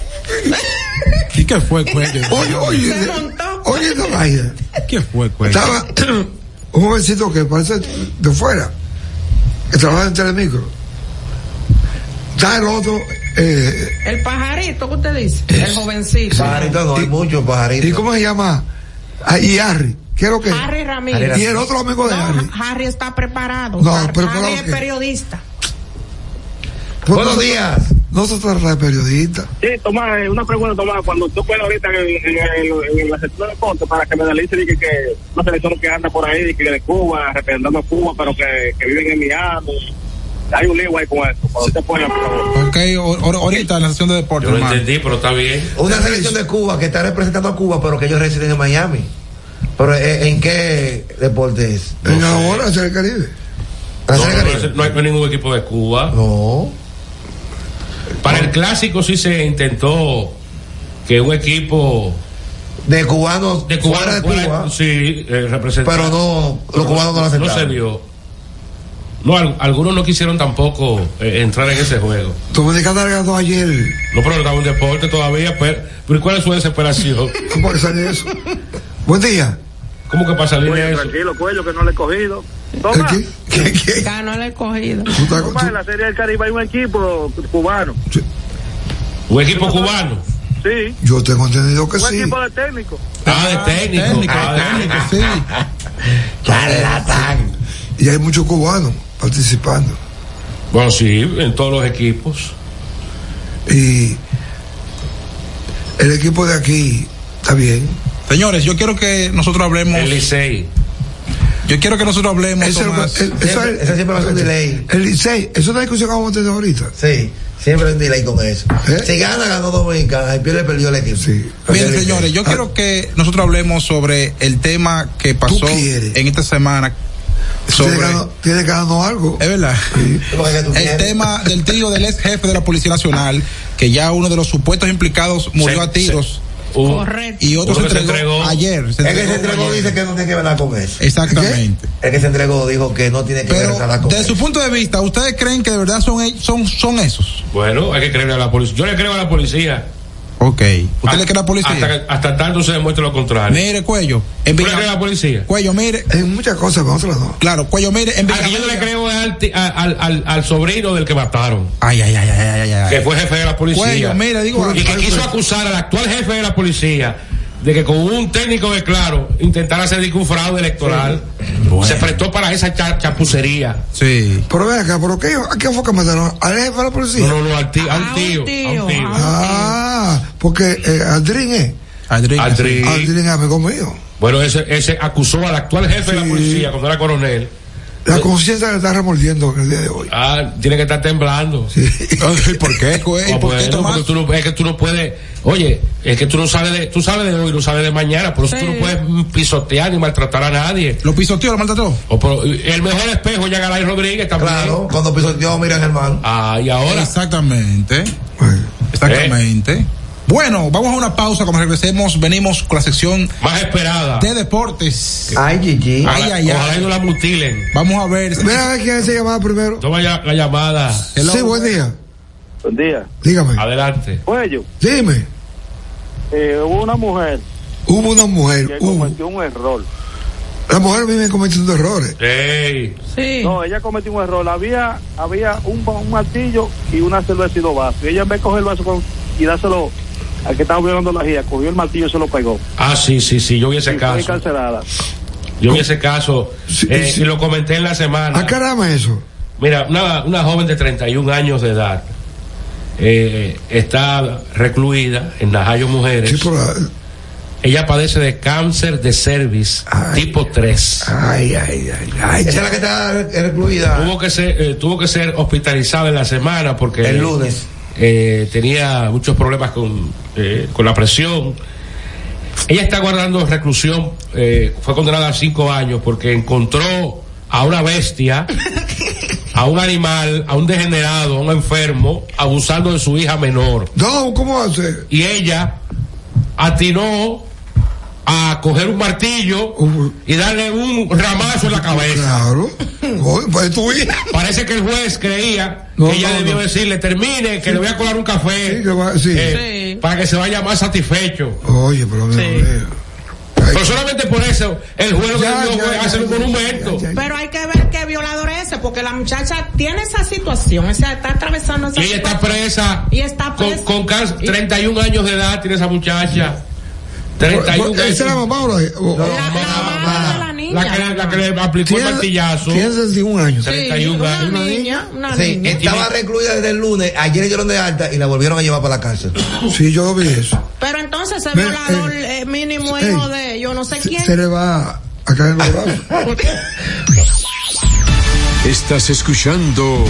[SPEAKER 3] ¿Y qué fue, cuello?
[SPEAKER 4] Oye, oye,
[SPEAKER 3] Se
[SPEAKER 4] de- oye, esta vaina.
[SPEAKER 3] ¿Qué fue, cuello?
[SPEAKER 4] Estaba un jovencito que parece de fuera, que trabaja en Telemicro. Está el otro, eh,
[SPEAKER 9] El pajarito que usted dice. El jovencito.
[SPEAKER 6] Pajarito no, hay muchos pajaritos.
[SPEAKER 4] ¿y cómo se llama? Ah, y Harry, ¿qué es lo que es?
[SPEAKER 9] Harry Ramírez.
[SPEAKER 4] Y el otro amigo de
[SPEAKER 9] No,
[SPEAKER 4] Harry.
[SPEAKER 9] Harry está preparado.
[SPEAKER 4] No,
[SPEAKER 9] Har-
[SPEAKER 4] pero
[SPEAKER 9] Harry
[SPEAKER 4] ¿para
[SPEAKER 9] es
[SPEAKER 4] qué?
[SPEAKER 9] periodista.
[SPEAKER 4] Buenos días. No se trata de periodista.
[SPEAKER 10] Sí, Tomás, eh, una pregunta, Tomás. Cuando tú puedes ahorita en, en- en- en la sección de deporte para que me analice dije que una selección que anda por ahí, que de Cuba, representando a Cuba, pero que, que viven en Miami. Hay un lío ahí con eso. Cuando usted pueda, por favor.
[SPEAKER 3] Ok, o- o- ahorita en la sesión de deportes,
[SPEAKER 5] Yo lo
[SPEAKER 3] hermano.
[SPEAKER 5] entendí, pero está bien.
[SPEAKER 6] Una selección de Cuba que está representando a Cuba, pero que ellos residen en Miami. Pero eh, ¿en qué deporte es?
[SPEAKER 4] En ahora, en el Caribe.
[SPEAKER 5] No, no, no hay no hay ningún equipo de Cuba.
[SPEAKER 6] No.
[SPEAKER 5] Para el clásico sí se intentó que un equipo
[SPEAKER 6] De cubanos
[SPEAKER 5] de cubanos
[SPEAKER 6] fuera de
[SPEAKER 5] fuera-
[SPEAKER 6] Cuba.
[SPEAKER 5] sí eh, representara.
[SPEAKER 6] Pero no, los cubanos no lo aceptaron.
[SPEAKER 5] No se dio. No, al- algunos no quisieron tampoco eh, entrar en ese juego.
[SPEAKER 4] Dominicana ganó ayer.
[SPEAKER 5] No, pero era un deporte todavía, pero, pero ¿cuál es su
[SPEAKER 3] [laughs]
[SPEAKER 5] desesperación?
[SPEAKER 4] ¿Cómo que sale eso? Buen día.
[SPEAKER 5] ¿Cómo que para salir de
[SPEAKER 10] Cuello,
[SPEAKER 5] eso?
[SPEAKER 10] tranquilo, cuello, que no le he cogido. Tomás,
[SPEAKER 9] Ganó el escogido.
[SPEAKER 10] Tomás, en la Serie del Caribe hay un equipo cubano.
[SPEAKER 5] Un equipo cubano.
[SPEAKER 10] Sí.
[SPEAKER 4] Yo tengo entendido que
[SPEAKER 10] Un
[SPEAKER 4] sí.
[SPEAKER 10] equipo de técnico.
[SPEAKER 5] Ah, de técnico.
[SPEAKER 3] Ah,
[SPEAKER 4] sí. Y hay muchos cubanos participando.
[SPEAKER 5] Bueno, sí, en todos los equipos.
[SPEAKER 4] Y el equipo de aquí está bien.
[SPEAKER 3] Señores, yo quiero que nosotros hablemos. El
[SPEAKER 5] Licey.
[SPEAKER 3] Yo quiero que nosotros hablemos.
[SPEAKER 4] Eso,
[SPEAKER 3] Tomás.
[SPEAKER 4] el- eso es-
[SPEAKER 6] Eso siempre va a ser un delay.
[SPEAKER 4] El Licey, eso es una discusión que vamos a tener ahorita.
[SPEAKER 6] Sí, siempre hay un delay con eso.
[SPEAKER 4] ¿Eh?
[SPEAKER 6] Si gana, ganó Dominicana. Si pierde, perdió el equipo.
[SPEAKER 3] Miren, señores,
[SPEAKER 4] Ah.
[SPEAKER 3] yo quiero que nosotros hablemos sobre el tema que pasó en esta semana. Sobre...
[SPEAKER 4] Tiene ganado algo.
[SPEAKER 3] Es verdad.
[SPEAKER 6] El
[SPEAKER 3] tema del tío del ex jefe de la Policía Nacional, que ya uno de los supuestos implicados murió
[SPEAKER 6] Se-
[SPEAKER 3] a tiros.
[SPEAKER 6] se- un- Correcto.
[SPEAKER 3] Y otro se
[SPEAKER 6] Uno que se
[SPEAKER 3] entregó,
[SPEAKER 6] entregó.
[SPEAKER 3] ayer.
[SPEAKER 6] el que se entregó
[SPEAKER 3] ayer.
[SPEAKER 6] dice que no tiene que ver con eso.
[SPEAKER 3] Exactamente.
[SPEAKER 6] El que se entregó dijo que no tiene que ver nada con
[SPEAKER 3] Desde su punto de vista, ¿ustedes creen que de verdad son, e- son, son esos?
[SPEAKER 5] Bueno, hay que creerle a la policía. Yo le creo a la policía. Ah,
[SPEAKER 3] Ok. ¿Usted le cree a la policía?
[SPEAKER 5] Hasta, que- hasta tanto se demuestre lo contrario.
[SPEAKER 3] Mire, Cuello.
[SPEAKER 5] ¿Tú le crees a la policía?
[SPEAKER 3] Cuello, mire.
[SPEAKER 4] En muchas cosas, vamos a las dos.
[SPEAKER 3] Claro, Cuello, mire. En
[SPEAKER 5] Al que yo no le creo es al, ti- a- al, al, al sobrino del que mataron.
[SPEAKER 3] Ay, ay, ay, ay, ay, ay.
[SPEAKER 5] Que fue jefe de la policía.
[SPEAKER 3] Cuello, mira, digo-
[SPEAKER 5] y que quiso acusar al actual jefe de la policía de que con un técnico de claro intentara hacer disque un fraude electoral. Se prestó para esa cha- chapucería.
[SPEAKER 3] Sí.
[SPEAKER 4] Pero ven acá, ¿pero qué, ¿a qué fue que mataron? ¿Al jefe de la policía?
[SPEAKER 5] No, no, no, al ti- a un tío, a un tío.
[SPEAKER 4] Ah, porque eh, Aldrin es.
[SPEAKER 3] Aldrin.
[SPEAKER 5] Aldrin.
[SPEAKER 4] es amigo mío.
[SPEAKER 5] Bueno, ese, ese acusó al actual jefe de la policía cuando era coronel. Eh.
[SPEAKER 4] La conciencia le está remordiendo en el día de hoy.
[SPEAKER 5] Ah, tiene que estar temblando.
[SPEAKER 3] [laughs] ¿Por qué,
[SPEAKER 4] güey?
[SPEAKER 5] Ah,
[SPEAKER 4] ¿Por qué,
[SPEAKER 5] bueno,
[SPEAKER 4] Tomás?
[SPEAKER 5] porque tú no- es que tú no puedes. Oye, es que tú no sabes de, tú sabes de hoy, no sabes de mañana. Por eso tú no puedes mm, pisotear ni maltratar a nadie.
[SPEAKER 3] ¿Lo pisoteó, lo maltrató?
[SPEAKER 5] O por- el mejor espejo ya Galay Rodríguez también.
[SPEAKER 6] Claro, cuando pisoteó, miran hermano.
[SPEAKER 5] Ah, y ahora.
[SPEAKER 3] Exactamente.
[SPEAKER 4] Pues.
[SPEAKER 3] Exactamente. Bueno, vamos a una pausa. Cuando regresemos, venimos con la sección
[SPEAKER 5] más esperada
[SPEAKER 3] de deportes.
[SPEAKER 6] Ay, Gigi.
[SPEAKER 3] Ay, ay,
[SPEAKER 5] Ojalá y no
[SPEAKER 3] ay.
[SPEAKER 5] la mutilen.
[SPEAKER 3] Vamos a ver.
[SPEAKER 4] Ven a ver quién se llamaba primero.
[SPEAKER 5] Toma ya la llamada.
[SPEAKER 4] Sí, buen día.
[SPEAKER 10] Buen día.
[SPEAKER 4] Dígame.
[SPEAKER 5] Adelante.
[SPEAKER 10] Cuello,
[SPEAKER 4] Dime.
[SPEAKER 10] eh, hubo una mujer
[SPEAKER 4] Hubo una mujer.
[SPEAKER 10] que
[SPEAKER 4] Hubo.
[SPEAKER 10] cometió un error.
[SPEAKER 4] La mujer vive cometiendo errores.
[SPEAKER 10] No, ella cometió un error. Había había un, ba- un martillo y una cervecita vaso. Y ella en vez de coger el vaso con- y dárselo al que estaba violando la guía, cogió el martillo y se lo pegó.
[SPEAKER 5] Ah, sí, sí, sí. Yo vi ese
[SPEAKER 10] Y fue
[SPEAKER 5] caso.
[SPEAKER 10] encarcelada.
[SPEAKER 5] Yo vi ese caso. eh, Y lo comenté en la semana.
[SPEAKER 4] Ah, caramba, eso.
[SPEAKER 5] Mira, una, una joven de 31 años de edad eh, está recluida en Najayo Mujeres. Ella padece de cáncer de cervix tipo 3.
[SPEAKER 4] Ay, ay, ay,
[SPEAKER 6] Esa es la que está recluida.
[SPEAKER 5] Tuvo que ser, eh, tuvo que ser hospitalizada en la semana porque
[SPEAKER 6] El lunes.
[SPEAKER 5] eh, tenía muchos problemas con, eh, con la presión. Ella está guardando reclusión, eh, fue condenada a cinco años porque encontró a una bestia, a un animal, a un degenerado, a un enfermo, abusando de su hija menor.
[SPEAKER 4] No, ¿cómo hace?
[SPEAKER 5] Y ella atinó a coger un martillo y darle un ramazo en la cabeza.
[SPEAKER 4] Claro. Oye, pues tu hija.
[SPEAKER 5] Parece que el juez creía
[SPEAKER 4] No,
[SPEAKER 5] que ella
[SPEAKER 4] no,
[SPEAKER 5] debió
[SPEAKER 4] no.
[SPEAKER 5] decirle, termine, que le voy a colar un café. eh, Para que se vaya más satisfecho.
[SPEAKER 4] Oye, pero mira, mira.
[SPEAKER 5] Pero solamente por eso el juez lo que
[SPEAKER 9] Ya,
[SPEAKER 5] debió
[SPEAKER 9] ya,
[SPEAKER 5] fue
[SPEAKER 9] ya,
[SPEAKER 5] hacer un
[SPEAKER 9] ya,
[SPEAKER 5] monumento.
[SPEAKER 9] Pero hay que ver qué violador es ese, porque la muchacha tiene esa situación, o sea, está atravesando esa
[SPEAKER 5] Y ella está presa.
[SPEAKER 9] Y está
[SPEAKER 5] Con,
[SPEAKER 9] presa.
[SPEAKER 5] con cáncer, 31 años de edad tiene esa muchacha. 31
[SPEAKER 4] ¿Esa
[SPEAKER 5] años.
[SPEAKER 4] es la mamá eh, o la, o-
[SPEAKER 5] Ah, La que, le- la que le aplicó el
[SPEAKER 4] Tiene-
[SPEAKER 5] martillazo.
[SPEAKER 4] Tiene 61 años.
[SPEAKER 5] 31 años.
[SPEAKER 6] Sí, estaba recluida desde el lunes. Ayer le dieron de alta y la volvieron a llevar para la cárcel.
[SPEAKER 4] Sí, yo vi eso.
[SPEAKER 9] Pero entonces ese
[SPEAKER 4] Mira,
[SPEAKER 9] violador eh, mínimo
[SPEAKER 4] ey,
[SPEAKER 9] hijo de yo no sé quién.
[SPEAKER 4] Se le va a caer los
[SPEAKER 5] [laughs]
[SPEAKER 4] brazos.
[SPEAKER 1] Estás escuchando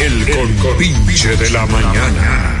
[SPEAKER 1] El Compinche de la Mañana.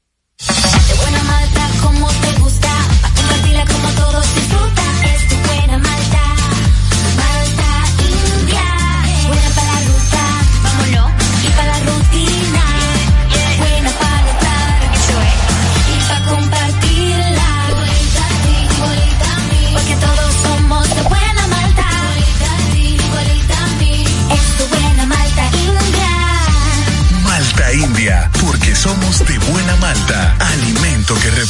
[SPEAKER 11] buena malta como te gusta, pa' compartirla como todos disfrutan. Es tu buena malta, malta india. Buena para la ruta, vámonos, y para la rutina. Buena para notar, eso es. Y pa' compartirla, igualita a ti, igualita a mí. Porque todos somos de buena malta, igualita a ti, igualita a mí. Es tu buena malta india.
[SPEAKER 8] Malta India, porque somos de buena malta, alimento que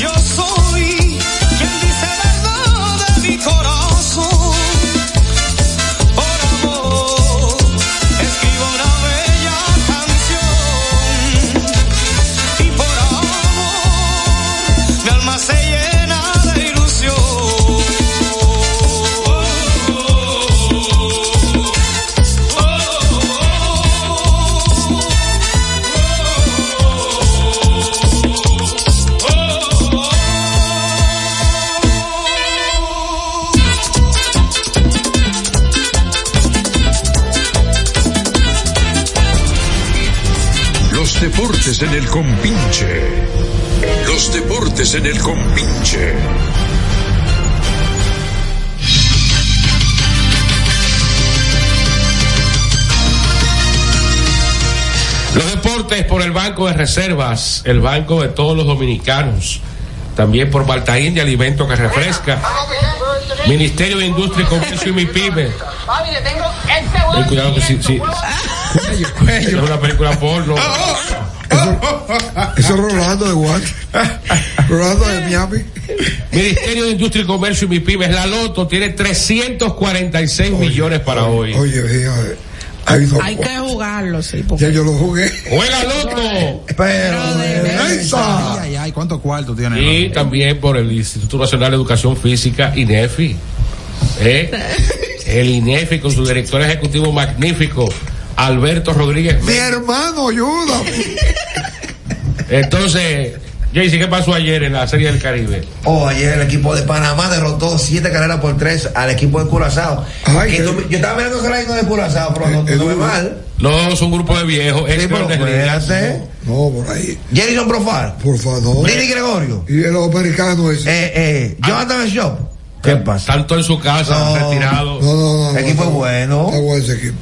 [SPEAKER 2] Yo soy quien dice verdad de mi corazón. Por amor, escribo una bella canción. Y por amor, mi alma se llena de ilusión.
[SPEAKER 1] Los deportes en el compinche. Los deportes en el compinche.
[SPEAKER 5] Los deportes por el Banco de Reservas, el banco de todos los dominicanos. También por Balta India, alimento que refresca. Ministerio de Industria, Comercio y MIPYME.
[SPEAKER 2] Mami, le tengo este
[SPEAKER 5] Ten cuidado que si, si- es una película porno.
[SPEAKER 4] Eso es Rolando de Guate. Rolando de Miami.
[SPEAKER 5] Ministerio de Industria y Comercio y MIPYMES, la Loto tiene 346 millones para hoy.
[SPEAKER 4] Oye, oye, ahí son
[SPEAKER 9] Hay que jugarlo, sí.
[SPEAKER 4] Ya yo lo jugué.
[SPEAKER 5] Juega loco.
[SPEAKER 4] Pero de
[SPEAKER 3] Ay, ay, ay, ¿cuántos cuartos tiene?
[SPEAKER 5] Y también por el Instituto Nacional de Educación Física, INEFI. ¿Eh? El INEFI con su director ejecutivo magnífico, Alberto Rodríguez.
[SPEAKER 4] Mi hermano, ayuda.
[SPEAKER 5] Entonces, Jaycee, ¿qué pasó ayer en la Serie del Caribe?
[SPEAKER 6] Oh, ayer el equipo de Panamá derrotó siete carreras por tres al equipo de Curazao. Que tú- Yo estaba mirando ese reino de Curazao, pero
[SPEAKER 4] Eh,
[SPEAKER 6] no no es mal.
[SPEAKER 5] No, es un grupo de viejos.
[SPEAKER 6] Sí, pero
[SPEAKER 5] extraordinarios.
[SPEAKER 6] espérate.
[SPEAKER 4] No, por ahí.
[SPEAKER 6] Jerison Profar.
[SPEAKER 4] Por favor.
[SPEAKER 6] Lili Gregorio.
[SPEAKER 4] Y el americano ese.
[SPEAKER 6] Eh, eh. Jonathan Shop. ¿Qué pasa?
[SPEAKER 5] Tanto en su casa, retirado.
[SPEAKER 4] No, no, no.
[SPEAKER 5] equipo
[SPEAKER 6] bueno.
[SPEAKER 4] Está bueno ese equipo.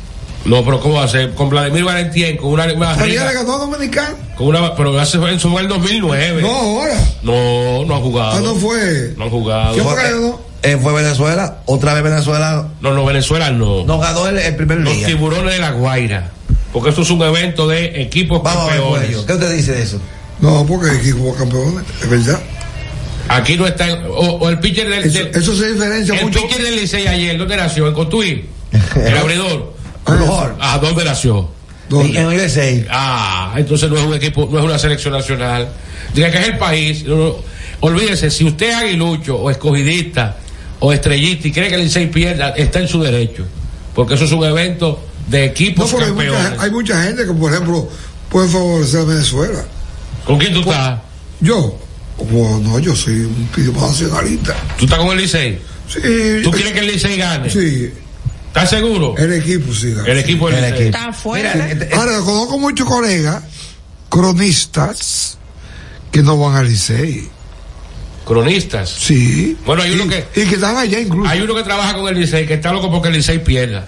[SPEAKER 5] No, pero ¿cómo va a ser? Con Vladimir Valentien, con una. una
[SPEAKER 4] Ah, Pero ya
[SPEAKER 5] barriga,
[SPEAKER 4] le ganó a Dominicano.
[SPEAKER 5] con una pero hace, eso fue en 2009.
[SPEAKER 4] No, ahora.
[SPEAKER 5] No, no ha jugado.
[SPEAKER 6] Ah, no
[SPEAKER 4] fue.
[SPEAKER 5] No han jugado.
[SPEAKER 6] Eh, fue Venezuela. Otra vez Venezuela.
[SPEAKER 5] No, no, Venezuela no.
[SPEAKER 6] No ganó el, el primer
[SPEAKER 5] Los
[SPEAKER 6] día.
[SPEAKER 5] tiburones de la Guaira. Porque esto es un evento de equipos
[SPEAKER 6] Vamos a ver, pues,
[SPEAKER 5] campeones.
[SPEAKER 6] Cuello, ¿Qué usted dice de eso?
[SPEAKER 4] No, porque el equipo fue campeón, es verdad.
[SPEAKER 5] Aquí no está. O, o el pitcher del.
[SPEAKER 4] Eso-
[SPEAKER 5] del-
[SPEAKER 4] eso se diferencia
[SPEAKER 5] el
[SPEAKER 4] mucho.
[SPEAKER 5] pitcher del Licey ayer, ¿dónde nació? En Cotuí.
[SPEAKER 4] [laughs]
[SPEAKER 5] El abridor. Ah, ¿dónde nació?
[SPEAKER 6] En USA.
[SPEAKER 5] Ah, entonces no es un equipo, no es una selección nacional. Diga que es el país. No, no. Olvídese, si usted es aguilucho o escogidista o estrellista y cree que el Licey pierda, está en su derecho. Porque eso es un evento de
[SPEAKER 4] No,
[SPEAKER 5] equipos
[SPEAKER 4] porque hay
[SPEAKER 5] campeones.
[SPEAKER 4] mucha, hay mucha gente que, por ejemplo, puede favorecer a Venezuela. Pues,
[SPEAKER 5] ¿Con quién tú estás?
[SPEAKER 4] Yo. Bueno, no, yo soy un tipo nacionalista.
[SPEAKER 5] ¿Tú estás con el Licey?
[SPEAKER 4] Sí.
[SPEAKER 5] ¿Tú quieres que el Licey gane?
[SPEAKER 4] Sí.
[SPEAKER 5] ¿Estás seguro?
[SPEAKER 4] El equipo, sí. El
[SPEAKER 5] equipo
[SPEAKER 4] del Licey.
[SPEAKER 5] Está fuerte.
[SPEAKER 4] Mira, Ahora, conozco muchos colegas, cronistas, que no van al Licey.
[SPEAKER 5] Cronistas.
[SPEAKER 4] Sí.
[SPEAKER 5] Bueno, hay uno que.
[SPEAKER 4] Y que están allá incluso.
[SPEAKER 5] Hay uno que trabaja con el Licey que está loco porque el Licey pierda.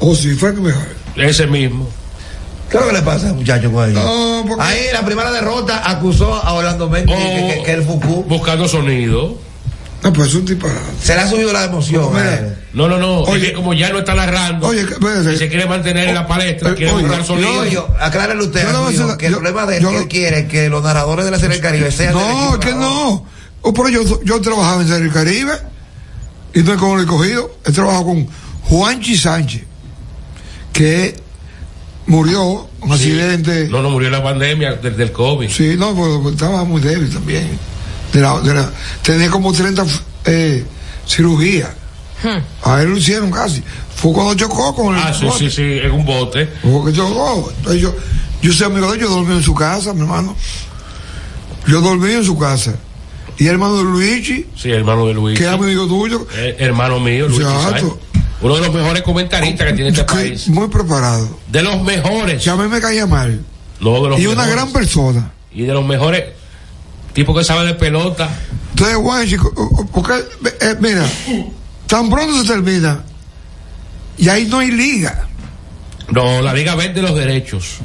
[SPEAKER 4] O si fue que mejor.
[SPEAKER 5] Ese mismo.
[SPEAKER 6] ¿Qué es lo que le pasa, muchacho? con ellos?
[SPEAKER 5] No, porque-
[SPEAKER 6] Ahí la primera derrota acusó a Orlando Méndez que, que- que el Fuku
[SPEAKER 5] Oh, Buscando sonido.
[SPEAKER 4] No, pues es un disparate.
[SPEAKER 6] se le ha subido la emoción. eh. a él.
[SPEAKER 5] No, no, no. Oye, como ya no está narrando. Oye, y se quiere mantener en la palestra, quiere buscar
[SPEAKER 6] Yo,
[SPEAKER 5] sonido.
[SPEAKER 6] yo, aclárale usted
[SPEAKER 5] Yo le voy a
[SPEAKER 6] amigo,
[SPEAKER 5] hacer la-
[SPEAKER 6] que el
[SPEAKER 5] yo-
[SPEAKER 6] problema de él
[SPEAKER 5] yo
[SPEAKER 6] que
[SPEAKER 5] lo-
[SPEAKER 6] él quiere que los narradores de la Serie del Caribe sean del
[SPEAKER 4] No,
[SPEAKER 6] equipo
[SPEAKER 4] es que
[SPEAKER 6] ganador.
[SPEAKER 4] no. Oh, pero yo, yo he trabajado en Serie del Caribe y no es como lo he cogido. He trabajado con Juanchi Sánchez, que murió un
[SPEAKER 5] Sí.
[SPEAKER 4] accidente.
[SPEAKER 5] No, no murió en la pandemia del, del COVID.
[SPEAKER 4] Sí, no, porque estaba muy débil también. De la- de la- tenía como 30 eh, cirugías. A él lo hicieron casi. Fue cuando chocó con el.
[SPEAKER 5] Ah, sí,
[SPEAKER 4] bote.
[SPEAKER 5] sí, sí, en un bote.
[SPEAKER 4] Porque yo, oh, entonces yo, yo soy amigo de ellos, yo dormí en su casa, mi hermano. Yo dormí en su casa. Y el hermano de Luigi,
[SPEAKER 5] Sí, hermano de Luis.
[SPEAKER 4] que es amigo tuyo,
[SPEAKER 5] Eh, hermano mío, Luis.
[SPEAKER 4] Exacto.
[SPEAKER 5] Sáenz. Uno de los mejores comentaristas que tiene
[SPEAKER 4] [laughs]
[SPEAKER 5] este país.
[SPEAKER 4] muy preparado.
[SPEAKER 5] De los mejores.
[SPEAKER 4] Que a mí me caía mal.
[SPEAKER 5] No, de los
[SPEAKER 4] y una
[SPEAKER 5] mejores.
[SPEAKER 4] gran persona.
[SPEAKER 5] Y de los mejores tipos que saben de pelota.
[SPEAKER 4] Entonces, Juanchi, co- co- porque, eh, mira, tan pronto se termina y ahí no hay liga.
[SPEAKER 5] No, la liga vende los derechos.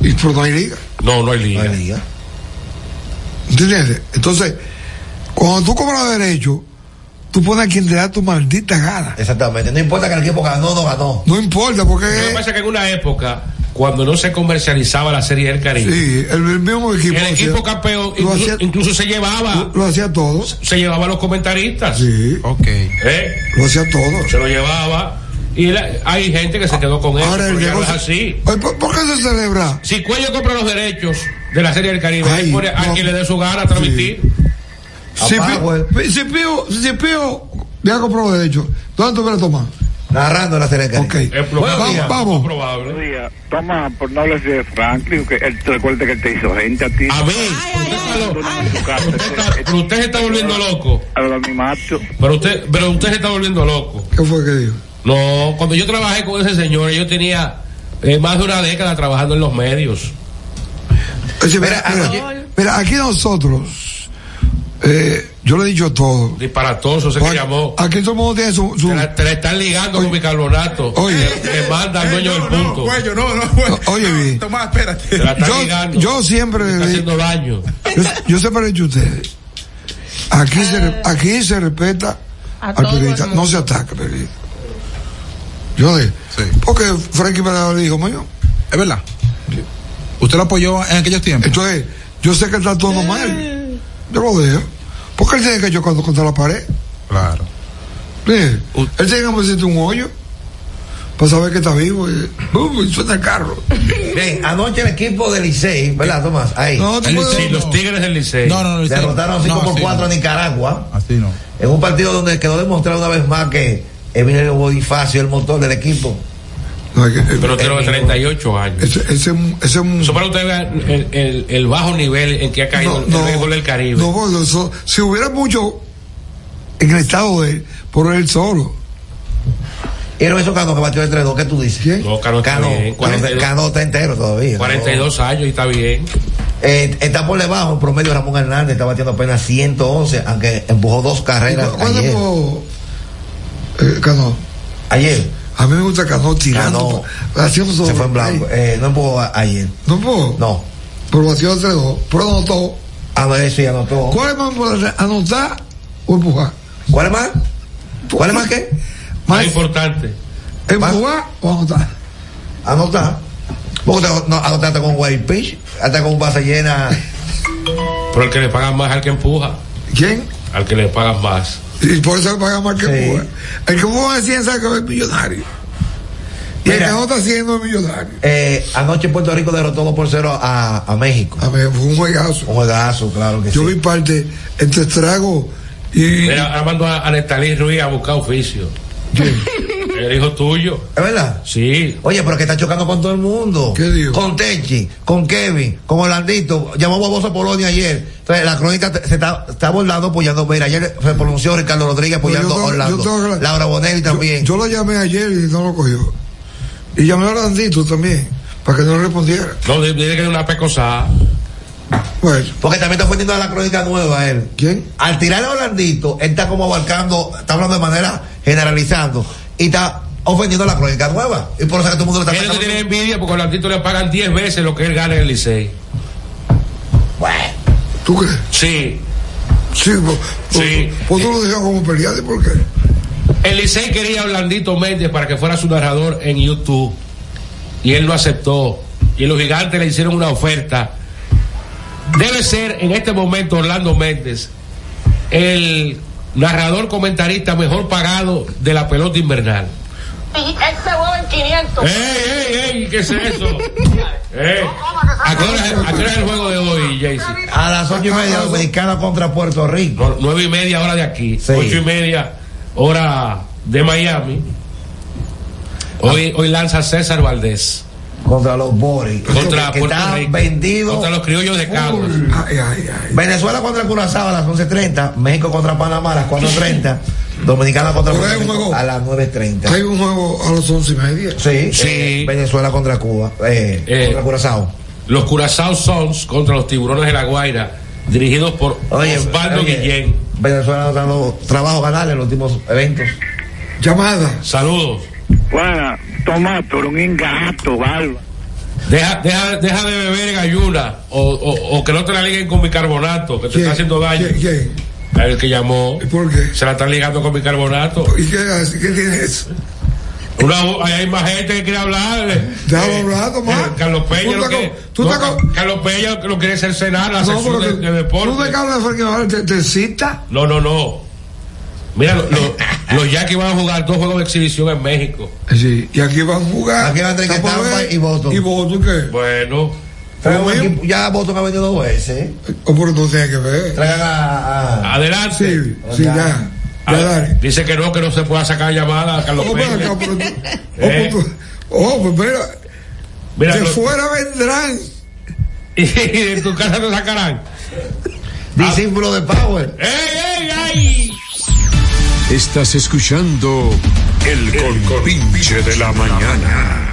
[SPEAKER 4] Y pero no hay liga.
[SPEAKER 5] No, no hay liga. No hay
[SPEAKER 6] liga.
[SPEAKER 4] ¿Entiendes? Entonces, cuando tú cobras derecho, tú pones a quien te da tu maldita gana.
[SPEAKER 6] Exactamente, no importa que el equipo ganó o no ganó.
[SPEAKER 4] No importa, porque.
[SPEAKER 5] Lo que pasa es que en una época, cuando no se comercializaba la Serie del Caribe,
[SPEAKER 4] Sí, eh. el, el mismo equipo.
[SPEAKER 5] el
[SPEAKER 4] hacía-
[SPEAKER 5] equipo campeón
[SPEAKER 4] lo
[SPEAKER 5] incluso,
[SPEAKER 4] hacía-
[SPEAKER 5] incluso se llevaba
[SPEAKER 4] Lo hacía todo.
[SPEAKER 5] se llevaba a los comentaristas.
[SPEAKER 4] Sí.
[SPEAKER 5] Ok. ¿Eh?
[SPEAKER 4] Lo hacía todo.
[SPEAKER 5] Se lo llevaba. Y la- hay gente que se quedó con eso.
[SPEAKER 4] Ahora el
[SPEAKER 5] pero ya no es
[SPEAKER 4] negocio-
[SPEAKER 5] así.
[SPEAKER 4] Oye, ¿Por, por qué se celebra?
[SPEAKER 5] Si Cuello compra los derechos de la Serie del Caribe,
[SPEAKER 4] Ay,
[SPEAKER 5] él pone a
[SPEAKER 4] no.
[SPEAKER 5] quien le dé su gana a transmitir.
[SPEAKER 4] Si Pío, si Pío, si Pío le ha comprado derecho, ¿dónde tú me lo tomas?
[SPEAKER 6] Narrando la serie.
[SPEAKER 4] Ok. Vamos, vamos.
[SPEAKER 10] Buenos días. Toma, por no hables de Franklin, que él te recuerda que él te hizo gente a ti.
[SPEAKER 5] A ver, pero usted se está volviendo loco. Pero usted, pero usted se está volviendo loco.
[SPEAKER 4] ¿Qué fue que dijo?
[SPEAKER 5] No, cuando yo trabajé con ese señor, yo tenía eh, más de una década trabajando en los medios.
[SPEAKER 4] Oye, mira, mira, mira, aquí nosotros, eh, yo le he dicho todo.
[SPEAKER 5] Disparatoso se que llamó.
[SPEAKER 4] Aquí todo el mundo tiene su. su-
[SPEAKER 5] Te, la- te la están ligando con bicarbonato. Oye, te manda al dueño del punto.
[SPEAKER 3] Cuello, Eh, no, no, cuello.
[SPEAKER 4] Oye, bien.
[SPEAKER 3] [laughs] Tomás, espérate.
[SPEAKER 5] Te la están
[SPEAKER 4] Yo,
[SPEAKER 5] ligando.
[SPEAKER 4] yo siempre.
[SPEAKER 5] Te está haciendo daño.
[SPEAKER 4] Yo, yo siempre le he dicho a ustedes. Aquí, se, re- aquí se respeta
[SPEAKER 9] A
[SPEAKER 4] al
[SPEAKER 9] todo el
[SPEAKER 4] periodista, no se ataca al periodista. Yo dije, porque Frankie me lo dijo, mío.
[SPEAKER 3] Es verdad. Usted lo apoyó en aquellos tiempos.
[SPEAKER 4] Entonces, yo sé que está todo mal. Yo lo dejo. Porque él tiene que chocar contra la pared.
[SPEAKER 3] Claro.
[SPEAKER 4] Dije, él tiene que meterse un hoyo para saber que está vivo. Eh, Y, ¡bum! y suelta el carro.
[SPEAKER 6] Bien, anoche el equipo del Licey, ¿verdad, Tomás? Ahí.
[SPEAKER 4] No, tú El puedes- Licey,
[SPEAKER 5] los Tigres del Licey.
[SPEAKER 6] No, no, no. Derrotaron 5 por 4 a Nicaragua.
[SPEAKER 3] Así no.
[SPEAKER 6] En un partido donde quedó demostrado una vez más que Emilio Bonifacio es el motor del equipo.
[SPEAKER 5] Pero tiene 38 años.
[SPEAKER 4] Ese, ese, ese,
[SPEAKER 5] Eso para que usted vea el, el- el bajo nivel en que ha caído el- el béisbol del Caribe.
[SPEAKER 4] No, porque eso- si hubiera mucho en el estado de él, por él solo.
[SPEAKER 6] Era eso Cano que batió entre dos, ¿qué tú dices?
[SPEAKER 5] No, Cano está
[SPEAKER 6] Cano,
[SPEAKER 5] bien. 42.
[SPEAKER 6] Cano está entero todavía.
[SPEAKER 5] 42 años y está bien.
[SPEAKER 6] Eh, está por debajo el promedio de Ramón Hernández, está batiendo apenas 111, aunque empujó dos carreras.
[SPEAKER 4] ¿Cuándo
[SPEAKER 6] ayer.
[SPEAKER 4] fue, eh, Cano?
[SPEAKER 6] Ayer.
[SPEAKER 4] A mí me gusta Cano
[SPEAKER 6] Cano
[SPEAKER 4] tirando. Hacíamos
[SPEAKER 6] se fue en blanco. Eh, no empujó a- ayer.
[SPEAKER 4] ¿No empujó?
[SPEAKER 6] No. Ah,
[SPEAKER 4] Pero batió entre dos. Pero anotó.
[SPEAKER 6] A ver, sí, anotó.
[SPEAKER 4] ¿Cuál es más importante? ¿Anotar o empujar?
[SPEAKER 6] ¿Cuál es más? ¿Cuál es más qué?
[SPEAKER 5] Más importante.
[SPEAKER 4] ¿Empujar o anotar?
[SPEAKER 6] Anotar. Vos te- no, anotaste con White Pitch, hasta con base llena.
[SPEAKER 5] Pero el que le pagan más al que empuja.
[SPEAKER 4] ¿Quién?
[SPEAKER 5] Al que le pagan más.
[SPEAKER 4] Y por eso le pagan más que empuja. El que empuja 100 sabe que es millonario. Y el que anota 100 no es millonario.
[SPEAKER 6] Eh, anoche Puerto Rico derrotó 2 por 0 a, a México.
[SPEAKER 4] A ver, fue un juegazo.
[SPEAKER 6] Un juegazo, claro que
[SPEAKER 4] Yo
[SPEAKER 6] sí.
[SPEAKER 4] vi parte entre estrago y.
[SPEAKER 5] Mira, ahora mando a, a Nestalí Ruiz a buscar oficio. El hijo tuyo.
[SPEAKER 6] ¿Es verdad?
[SPEAKER 5] Sí.
[SPEAKER 6] Oye, pero que está chocando con todo el mundo. ¿Qué digo? Con Techi, con Kevin, con Orlandito. Llamó Boboso a Polonia ayer. Entonces, la crónica te- se está, está abordando apoyando. Mira, ayer se pronunció Ricardo Rodríguez
[SPEAKER 4] Pues yo
[SPEAKER 6] apoyando
[SPEAKER 4] tengo-
[SPEAKER 6] a Orlando.
[SPEAKER 4] yo tengo que-
[SPEAKER 6] Laura Bonelli
[SPEAKER 4] yo-
[SPEAKER 6] también.
[SPEAKER 4] Yo, lo llamé ayer y no lo cogió. Y llamé a Orlandito también, para que no respondiera.
[SPEAKER 5] No, di- dile que es una pecosa.
[SPEAKER 4] Bueno.
[SPEAKER 6] Porque también está ofendiendo a la crónica nueva él.
[SPEAKER 4] Pues. ¿Quién?
[SPEAKER 6] Al tirar a Orlandito, él está como abarcando, está hablando de manera generalizando. Y está ofendiendo a la crónica nueva. Y por eso es que todo el mundo le está
[SPEAKER 5] Él no
[SPEAKER 6] sacando-
[SPEAKER 5] tiene envidia porque a Orlandito le pagan 10 veces lo que él gana en el Licey.
[SPEAKER 6] Bueno.
[SPEAKER 4] ¿Tú crees?
[SPEAKER 5] Sí.
[SPEAKER 4] Sí, pues,
[SPEAKER 5] Sí.
[SPEAKER 4] pues tú lo dejas como peleado, ¿y por qué?
[SPEAKER 5] El Licey quería a Orlandito Méndez para que fuera su narrador en YouTube. Y él lo aceptó. Y los gigantes le hicieron una oferta. Debe ser en este momento Orlando Méndez el narrador comentarista mejor pagado de la pelota invernal.
[SPEAKER 2] Ese huevo este en 500.
[SPEAKER 5] ¡Ey, ey, ey! ¿Qué es eso? Eh, ¿A qué hora es- a qué hora es el juego de hoy, Jaycee?
[SPEAKER 6] A las ocho y media, Dominicana contra Puerto Rico.
[SPEAKER 5] No, nueve y media hora de aquí, ocho y media hora de Miami. Hoy, hoy lanza César Valdés
[SPEAKER 6] Contra los Boris.
[SPEAKER 5] contra
[SPEAKER 6] Ah. que
[SPEAKER 5] Puerto
[SPEAKER 6] está
[SPEAKER 5] Rico,
[SPEAKER 6] vendido.
[SPEAKER 5] contra los criollos de Cabo.
[SPEAKER 6] Venezuela contra Curazao a las 11.30. México contra Panamá a las
[SPEAKER 4] [laughs]
[SPEAKER 6] 4.30. Dominicana contra Puerto Rico a las 9.30.
[SPEAKER 4] Hay un juego a las once y media.
[SPEAKER 6] Sí, eh, Venezuela contra Cuba. eh,
[SPEAKER 5] Eh,
[SPEAKER 6] contra Curazao.
[SPEAKER 5] Los Curazao Sons contra los Tiburones de la Guaira, dirigidos por
[SPEAKER 6] Oye,
[SPEAKER 5] Osvaldo
[SPEAKER 6] oye,
[SPEAKER 5] Guillén.
[SPEAKER 6] Venezuela está dando trabajo ganarle en los últimos eventos.
[SPEAKER 4] Llamada.
[SPEAKER 5] Saludos.
[SPEAKER 10] Bueno, toma, pero un engato, barba.
[SPEAKER 5] Deja, deja, deja de beber galluna o, o- o que no te la liguen con bicarbonato, que te está haciendo daño. El que llamó. Se la están ligando con bicarbonato.
[SPEAKER 4] ¿Y qué, hace? ¿Qué tiene eso?
[SPEAKER 5] Una voz- hay- hay más gente que quiere hablar.
[SPEAKER 4] Déjalo hablar, Tomás.
[SPEAKER 5] Carlos Peña.
[SPEAKER 4] Tú
[SPEAKER 5] lo
[SPEAKER 4] estás
[SPEAKER 5] quiere-
[SPEAKER 4] con- tú
[SPEAKER 5] no,
[SPEAKER 4] estás
[SPEAKER 5] Ca- Carlos Peña lo quiere cercenar la sección
[SPEAKER 4] pero
[SPEAKER 5] de,
[SPEAKER 4] que-
[SPEAKER 5] de deporte.
[SPEAKER 4] ¿Tú de qué hablas, Frankie Navarro? ¿Te, te cita?
[SPEAKER 5] No, no, no. Mira, lo- lo- los Yankees van a jugar dos juegos de exhibición en México.
[SPEAKER 4] Sí, y aquí van a jugar.
[SPEAKER 6] Aquí van a tener que
[SPEAKER 4] Tampa
[SPEAKER 6] Tampa
[SPEAKER 4] Bay.
[SPEAKER 6] y Boston.
[SPEAKER 4] ¿Y Boston qué?
[SPEAKER 5] Bueno.
[SPEAKER 6] Traigan un equipo- ya Boston ha venido dos veces. eh.
[SPEAKER 4] O por no tiene que ver.
[SPEAKER 6] Traigan a. a-
[SPEAKER 5] Adelante.
[SPEAKER 4] Ah, Sí, ya.
[SPEAKER 5] Ah, dice que no, que no se pueda sacar llamada a Carlos
[SPEAKER 4] Oh,
[SPEAKER 5] Peña.
[SPEAKER 4] pero acá, pero tú-
[SPEAKER 5] Eh.
[SPEAKER 4] oh, pues tú- oh, pues mira.
[SPEAKER 5] Mira,
[SPEAKER 4] de
[SPEAKER 5] lo-
[SPEAKER 4] fuera vendrán.
[SPEAKER 5] [laughs] y de tu casa te sacarán.
[SPEAKER 6] Discípulo de Power.
[SPEAKER 5] ¡Ey, ey, ey!
[SPEAKER 1] Estás escuchando El Compinche de la Mañana.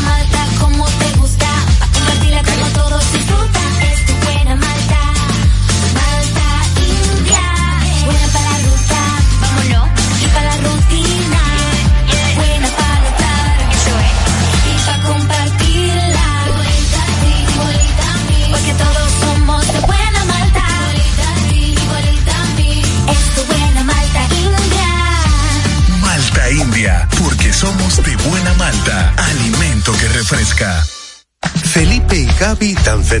[SPEAKER 11] malta como te gusta, pa' compartirla como todos disfrutan. Es tu buena malta, malta india, buena para la ruta, vámonos, y para la rutina, buena para gozar, y para compartirla, igualita a ti, igualita a mí, porque todos somos de buena malta, igualita a ti, igualita a mí, es tu buena malta india.
[SPEAKER 8] Malta India, porque somos de buena malta, alimento que refresca.
[SPEAKER 3] Felipe y Gaby
[SPEAKER 8] dan
[SPEAKER 3] fe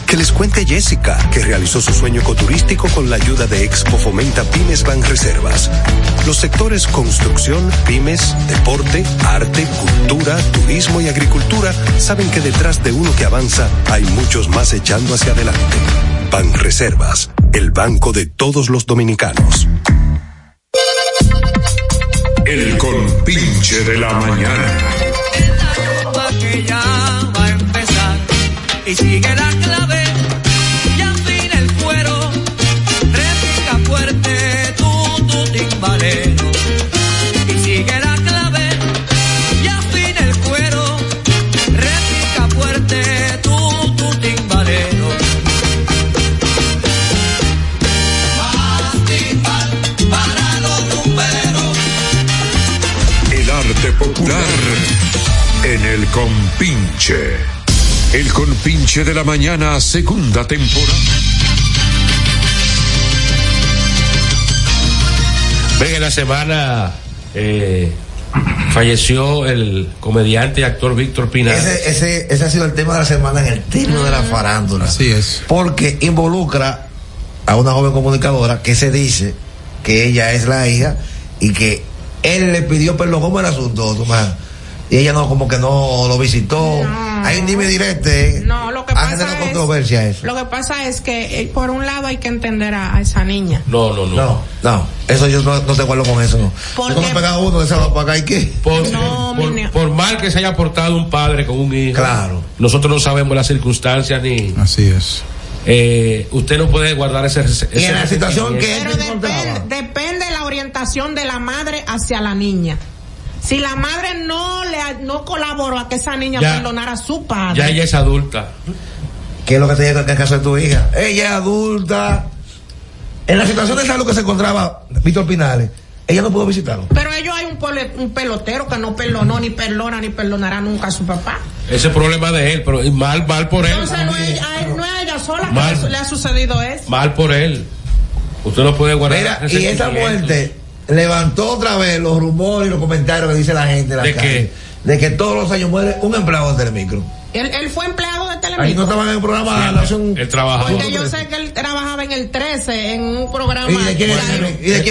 [SPEAKER 8] Que les cuente Jessica, que realizó su sueño ecoturístico con la ayuda de Expo Fomenta Pymes Ban Reservas. Los sectores construcción, pymes, deporte, arte, cultura, turismo y agricultura saben que detrás de uno que avanza hay muchos más echando hacia adelante. Ban Reservas, el banco de todos los dominicanos.
[SPEAKER 1] El compinche de la mañana.
[SPEAKER 2] que ya va a empezar y sigue la clave. Ya afina el cuero, repica fuerte tu, tu timbalero. Y sigue la clave, ya afina el cuero, repica fuerte tu, tu timbalero. Más timbal para los rumberos.
[SPEAKER 1] El arte popular en el compinche. El compinche de la mañana, segunda temporada.
[SPEAKER 5] Ven, en la semana eh, falleció el comediante y actor Víctor Pinal.
[SPEAKER 6] Ese, ese, ese ha sido el tema de la semana en el término de la
[SPEAKER 5] Ah,
[SPEAKER 6] farándula. Así es. Porque involucra a una joven comunicadora que se dice que ella es la hija y que él le pidió perdón como el asunto, Tomás. Y ella no, como que no lo visitó. Hay un dime directo. ¿eh?
[SPEAKER 9] No, lo que
[SPEAKER 6] ha
[SPEAKER 9] pasa
[SPEAKER 6] generado
[SPEAKER 9] es.
[SPEAKER 6] controversia eso.
[SPEAKER 9] Lo que pasa es que, eh, por un lado, hay que entender a, a esa niña.
[SPEAKER 5] No, no, no.
[SPEAKER 6] No, no. Eso yo no, no te acuerdo con eso, no.
[SPEAKER 9] ¿Por
[SPEAKER 6] Yo cuando pegaba uno de esas para acá y qué.
[SPEAKER 5] Por, por- por mal que se haya portado un padre con un hijo. Claro. Nosotros no sabemos las circunstancias ni. eh,
[SPEAKER 3] Así es.
[SPEAKER 5] usted no puede guardar ese. ese
[SPEAKER 6] Y en la situación que él
[SPEAKER 9] Pero depende, depende la orientación de la madre hacia la niña. Si la madre no le no colaboró a que esa niña
[SPEAKER 5] Ya.
[SPEAKER 9] perdonara a su padre.
[SPEAKER 5] Ya ella es adulta.
[SPEAKER 6] ¿Qué es lo que te llega en el caso de tu hija? Ella es adulta. En la situación de salud que se encontraba Víctor Pinales, ella no pudo visitarlo.
[SPEAKER 9] Pero ellos hay un, pole- un pelotero que no perdonó, ni perdona, ni perdonará nunca a su papá.
[SPEAKER 5] Ese problema de él, pero y mal, mal por él.
[SPEAKER 9] Entonces no, es- a él- no es a ella sola que
[SPEAKER 5] Mal.
[SPEAKER 9] le su- le ha sucedido eso.
[SPEAKER 5] Mal por él. Usted no puede guardar.
[SPEAKER 6] Mira,
[SPEAKER 5] ese
[SPEAKER 6] y esa
[SPEAKER 5] sentimiento.
[SPEAKER 6] muerte levantó otra vez los rumores y los comentarios que dice la gente en la
[SPEAKER 5] ¿De
[SPEAKER 6] calle. De que todos los años muere un empleado de Telemicro.
[SPEAKER 9] Él, él fue empleado de Telemicro.
[SPEAKER 6] Ahí no estaban en el programa
[SPEAKER 5] Sí,
[SPEAKER 6] la nación.
[SPEAKER 5] Él trabaja.
[SPEAKER 9] Porque yo sé que él trabajaba en el 13, en un programa.
[SPEAKER 6] ¿Y de quién es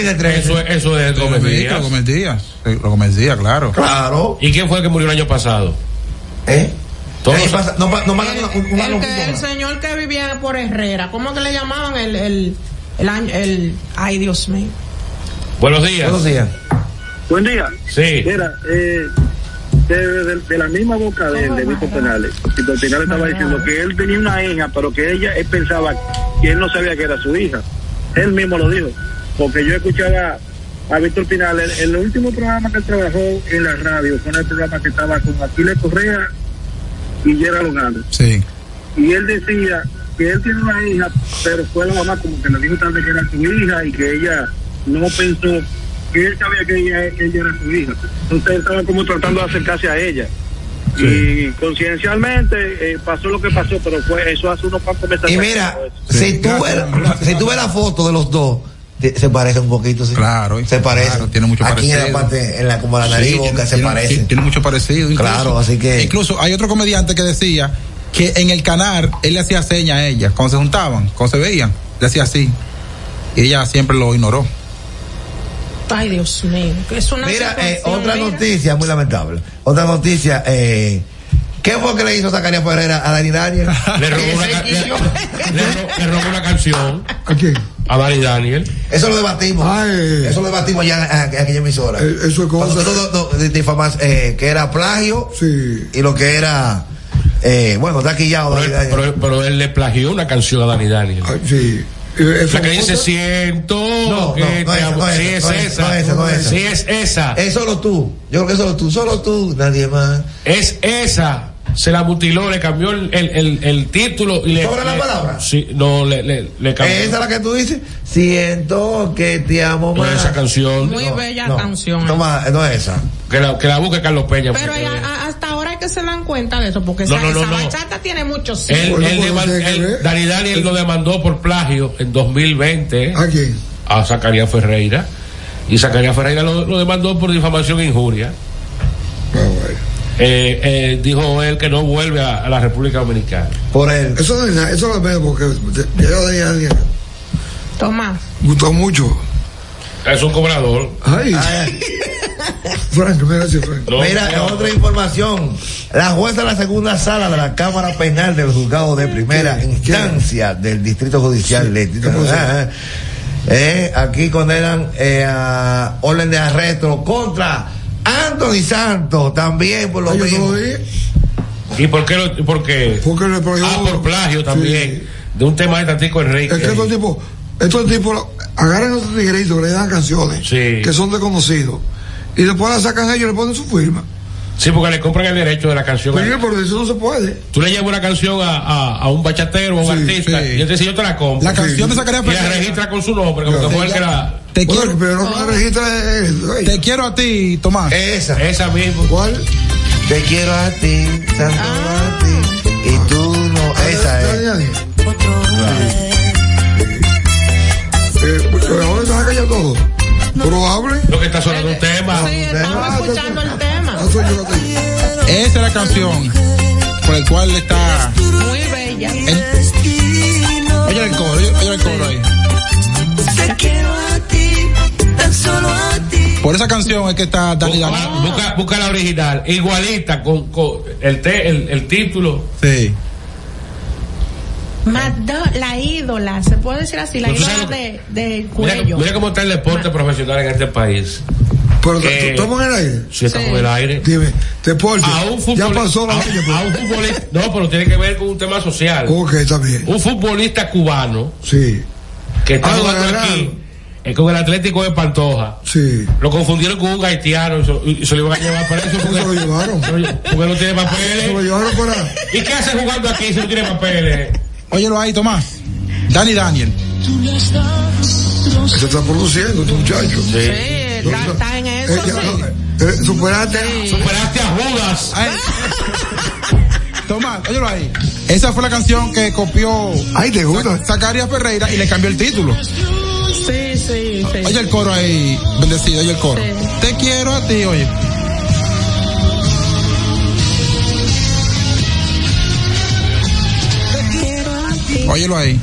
[SPEAKER 5] Eso, es- eso es de Gómez
[SPEAKER 3] Díaz,
[SPEAKER 5] Díaz.
[SPEAKER 3] Gómez Díaz. Eh, Lo Gómez Díaz, claro.
[SPEAKER 6] Claro.
[SPEAKER 5] ¿Y quién fue el que murió el año pasado?
[SPEAKER 6] ¿Eh?
[SPEAKER 5] Todos
[SPEAKER 6] no,
[SPEAKER 9] el, que- el señor que vivía por Herrera. ¿Cómo que le llamaban el, el, el año- el- ay Dios mío?
[SPEAKER 5] Buenos días.
[SPEAKER 6] Buenos días.
[SPEAKER 10] Buen día.
[SPEAKER 5] Sí.
[SPEAKER 10] Mira, eh, de, de- de la misma boca de él, de Víctor Penales, Víctor Penales estaba diciendo que él tenía una hija, pero que ella él pensaba que él no sabía que era su hija. Él mismo lo dijo. Porque yo escuchaba a Víctor Pinales, el, el último programa que él trabajó en la radio fue en el programa que estaba con Aquiles Correa y Gerardo Logano.
[SPEAKER 3] Sí.
[SPEAKER 10] y él decía que él tiene una hija, pero fue la mamá como que le dijo tarde que era su hija y que ella no pensó que él sabía que ella, ella era su hija. Entonces él estaba como tratando de acercarse a ella. Y conciencialmente eh, pasó lo que pasó, pero fue eso hace unos cuantos meses.
[SPEAKER 6] Y mira, si tú, ves, si tú ves la foto de los dos, te- se parecen un poquito, sí. Claro, se parecen.
[SPEAKER 3] tiene mucho
[SPEAKER 6] Aquí
[SPEAKER 3] parecido.
[SPEAKER 6] en la parte, en la, como la nariz,
[SPEAKER 3] Sí,
[SPEAKER 6] boca,
[SPEAKER 3] tiene-
[SPEAKER 6] se
[SPEAKER 3] tiene-
[SPEAKER 6] parecen.
[SPEAKER 3] Tiene mucho parecido. E
[SPEAKER 6] Claro, así que-
[SPEAKER 3] Incluso hay otro comediante que decía que en el canal él le hacía señas a ella. Cuando se juntaban, cuando se veían, le hacía así. Y ella siempre lo ignoró.
[SPEAKER 9] Ay Dios mío. que Es una
[SPEAKER 6] Mira, eh,
[SPEAKER 9] situación,
[SPEAKER 6] otra
[SPEAKER 9] mira.
[SPEAKER 6] noticia muy lamentable. Otra noticia, eh, ¿qué fue que le hizo Zacarías Ferreira a Dani Daniel?
[SPEAKER 5] Le robó, una, ca- le- [laughs] le ro- le robó una canción.
[SPEAKER 4] ¿A quién? Ah,
[SPEAKER 5] A Dani Daniel.
[SPEAKER 6] Eso lo debatimos. eso lo debatimos ya en, en aquella emisora.
[SPEAKER 4] Eh, eso es cosa.
[SPEAKER 6] Nosotros no- no- de- de difamar, eh, que era plagio y lo que era, eh, bueno, taquillado.
[SPEAKER 5] Pero, él- pero él- pero él le plagió una canción a Dani Daniel.
[SPEAKER 4] Ah, Sí. Eh,
[SPEAKER 5] La que dice siento
[SPEAKER 6] No,
[SPEAKER 5] que
[SPEAKER 6] no,
[SPEAKER 5] te
[SPEAKER 6] no esa,
[SPEAKER 5] amo".
[SPEAKER 6] no
[SPEAKER 5] Sí, es
[SPEAKER 6] esa, no esa,
[SPEAKER 5] esa.
[SPEAKER 6] no esa, no esa.
[SPEAKER 5] Sí, es esa.
[SPEAKER 6] Es solo tú. Yo creo que solo tú, solo tú, nadie más.
[SPEAKER 5] Es esa. Se la mutiló, le cambió el, el, el- el título. Y le,
[SPEAKER 6] ¿Sobre la
[SPEAKER 5] le-
[SPEAKER 6] palabra?
[SPEAKER 5] Sí, no, le, le, le cambió.
[SPEAKER 6] ¿Esa es la que tú dices? Siento que te amo
[SPEAKER 5] No,
[SPEAKER 6] más.
[SPEAKER 5] esa canción.
[SPEAKER 9] Muy
[SPEAKER 5] eh, No,
[SPEAKER 9] bella
[SPEAKER 5] no.
[SPEAKER 9] canción.
[SPEAKER 6] Toma, no es esa.
[SPEAKER 5] Que la, que la busque Carlos Peña.
[SPEAKER 9] Pero
[SPEAKER 5] porque-
[SPEAKER 9] ya, a- hasta ahora es que se dan cuenta de eso, porque
[SPEAKER 5] No,
[SPEAKER 9] esa,
[SPEAKER 5] no, no,
[SPEAKER 9] esa
[SPEAKER 5] no.
[SPEAKER 9] bachata tiene muchos
[SPEAKER 5] Él-
[SPEAKER 9] hijos.
[SPEAKER 5] él deman- él- Dani Daniel lo demandó por plagio en 2020.
[SPEAKER 4] ¿A quién?
[SPEAKER 5] A Zacarías
[SPEAKER 4] Ah,
[SPEAKER 5] Ferreira. Y Zacarías Ferreira lo, lo demandó por difamación e injuria. eh, eh, dijo él que no vuelve a, a la República Dominicana.
[SPEAKER 6] Por él.
[SPEAKER 4] Eso no es nada, eso lo veo porque ya yo de ella
[SPEAKER 9] Toma.
[SPEAKER 4] gustó mucho.
[SPEAKER 5] Es un cobrador. Ah,
[SPEAKER 4] Ay. Frank, mira si Frank.
[SPEAKER 6] Mira, otra información. La jueza de la segunda sala de la Cámara Penal del Juzgado de Primera Instancia del Distrito Judicial de
[SPEAKER 4] pasó?
[SPEAKER 6] Eh, aquí condenan eh, a orden de arresto contra Anthony Santos también por lo mismo.
[SPEAKER 5] ¿Y por qué? Lo, y por qué? ah, por plagio también. De un tema de Tatico Enrique.
[SPEAKER 4] Es que estos tipos, estos tipos lo- agarran a esos tigritos, le dan canciones que son desconocidos y después las sacan ellos y le ponen su firma. Pues
[SPEAKER 5] Sí, porque le compran el derecho de la canción.
[SPEAKER 4] Pero por eso no se puede.
[SPEAKER 5] Tú le llevas una canción a, a, a un bachatero, a un artista, y él te dice, yo te la compro.
[SPEAKER 4] La canción de Zacarías
[SPEAKER 5] Y la
[SPEAKER 4] Pereira.
[SPEAKER 5] registra con su nombre, como que fue el que la...
[SPEAKER 3] Te
[SPEAKER 5] Bueno,
[SPEAKER 3] quiero,
[SPEAKER 4] pero no
[SPEAKER 3] Te quiero a ti, Tomás.
[SPEAKER 6] Esa.
[SPEAKER 5] Esa misma.
[SPEAKER 4] ¿Cuál?
[SPEAKER 6] Te quiero a ti, Santo a ti. Y tú no. Esa es.
[SPEAKER 4] Eh, pero ahora se saca ya todo. Probable.
[SPEAKER 5] Lo que está sonando un tema.
[SPEAKER 9] Estamos escuchando el tema.
[SPEAKER 3] Esa es la canción por el cual está.
[SPEAKER 9] Muy bella.
[SPEAKER 3] Oye ¿Eh? el coro, oye oye el coro ahí.
[SPEAKER 2] Te quiero a ti, tan solo a ti.
[SPEAKER 3] Por esa canción es que está Dani
[SPEAKER 5] Busca, busca- busca la original, igualita con, con el, te- el, el título.
[SPEAKER 3] Sí.
[SPEAKER 9] Madonna, la ídola, se puede decir así, la
[SPEAKER 5] Pero tú
[SPEAKER 9] ídola
[SPEAKER 5] sabes
[SPEAKER 9] de, de
[SPEAKER 5] Mira,
[SPEAKER 9] cuello.
[SPEAKER 5] mira cómo está el deporte profesional en este país. Eh,
[SPEAKER 4] Pero estamos en el aire.
[SPEAKER 5] Sí, estamos en el aire.
[SPEAKER 4] Dime, deporte.
[SPEAKER 5] A un futbolista,
[SPEAKER 4] ya pasó la pues.
[SPEAKER 5] a, a un futbolista. No, pero tiene que ver con un tema social.
[SPEAKER 4] Ok, está bien.
[SPEAKER 5] Un futbolista cubano
[SPEAKER 4] Sí.
[SPEAKER 5] que está
[SPEAKER 4] Ah, lo
[SPEAKER 5] jugando
[SPEAKER 4] agarraron.
[SPEAKER 5] aquí eh, con el Atlético de Pantoja.
[SPEAKER 4] Sí.
[SPEAKER 5] Lo confundieron con un haitiano y se, lo- y se lo iban a llevar
[SPEAKER 4] [laughs]
[SPEAKER 5] para eso. Porque,
[SPEAKER 4] Se lo llevaron.
[SPEAKER 5] [laughs] Porque no tiene papeles.
[SPEAKER 4] Se lo llevaron para.
[SPEAKER 5] ¿Y qué hace jugando aquí si no tiene papeles?
[SPEAKER 3] Óyelo ahí, Tomás. Dani Daniel.
[SPEAKER 4] Se está produciendo, este muchacho. Sí.
[SPEAKER 9] está, está en eso.
[SPEAKER 3] Eh,
[SPEAKER 9] sí.
[SPEAKER 4] superaste,
[SPEAKER 5] superaste a Judas.
[SPEAKER 3] [laughs] Tomás, óyelo ahí. Esa fue la canción que copió
[SPEAKER 4] Ay, te gusta.
[SPEAKER 3] Zacarías Ferreira y le cambió el título.
[SPEAKER 9] Sí, sí, sí.
[SPEAKER 3] Oye el coro ahí, bendecido, oye el coro. Te quiero a ti, oye.
[SPEAKER 9] Te quiero a ti.
[SPEAKER 3] Óyelo ahí.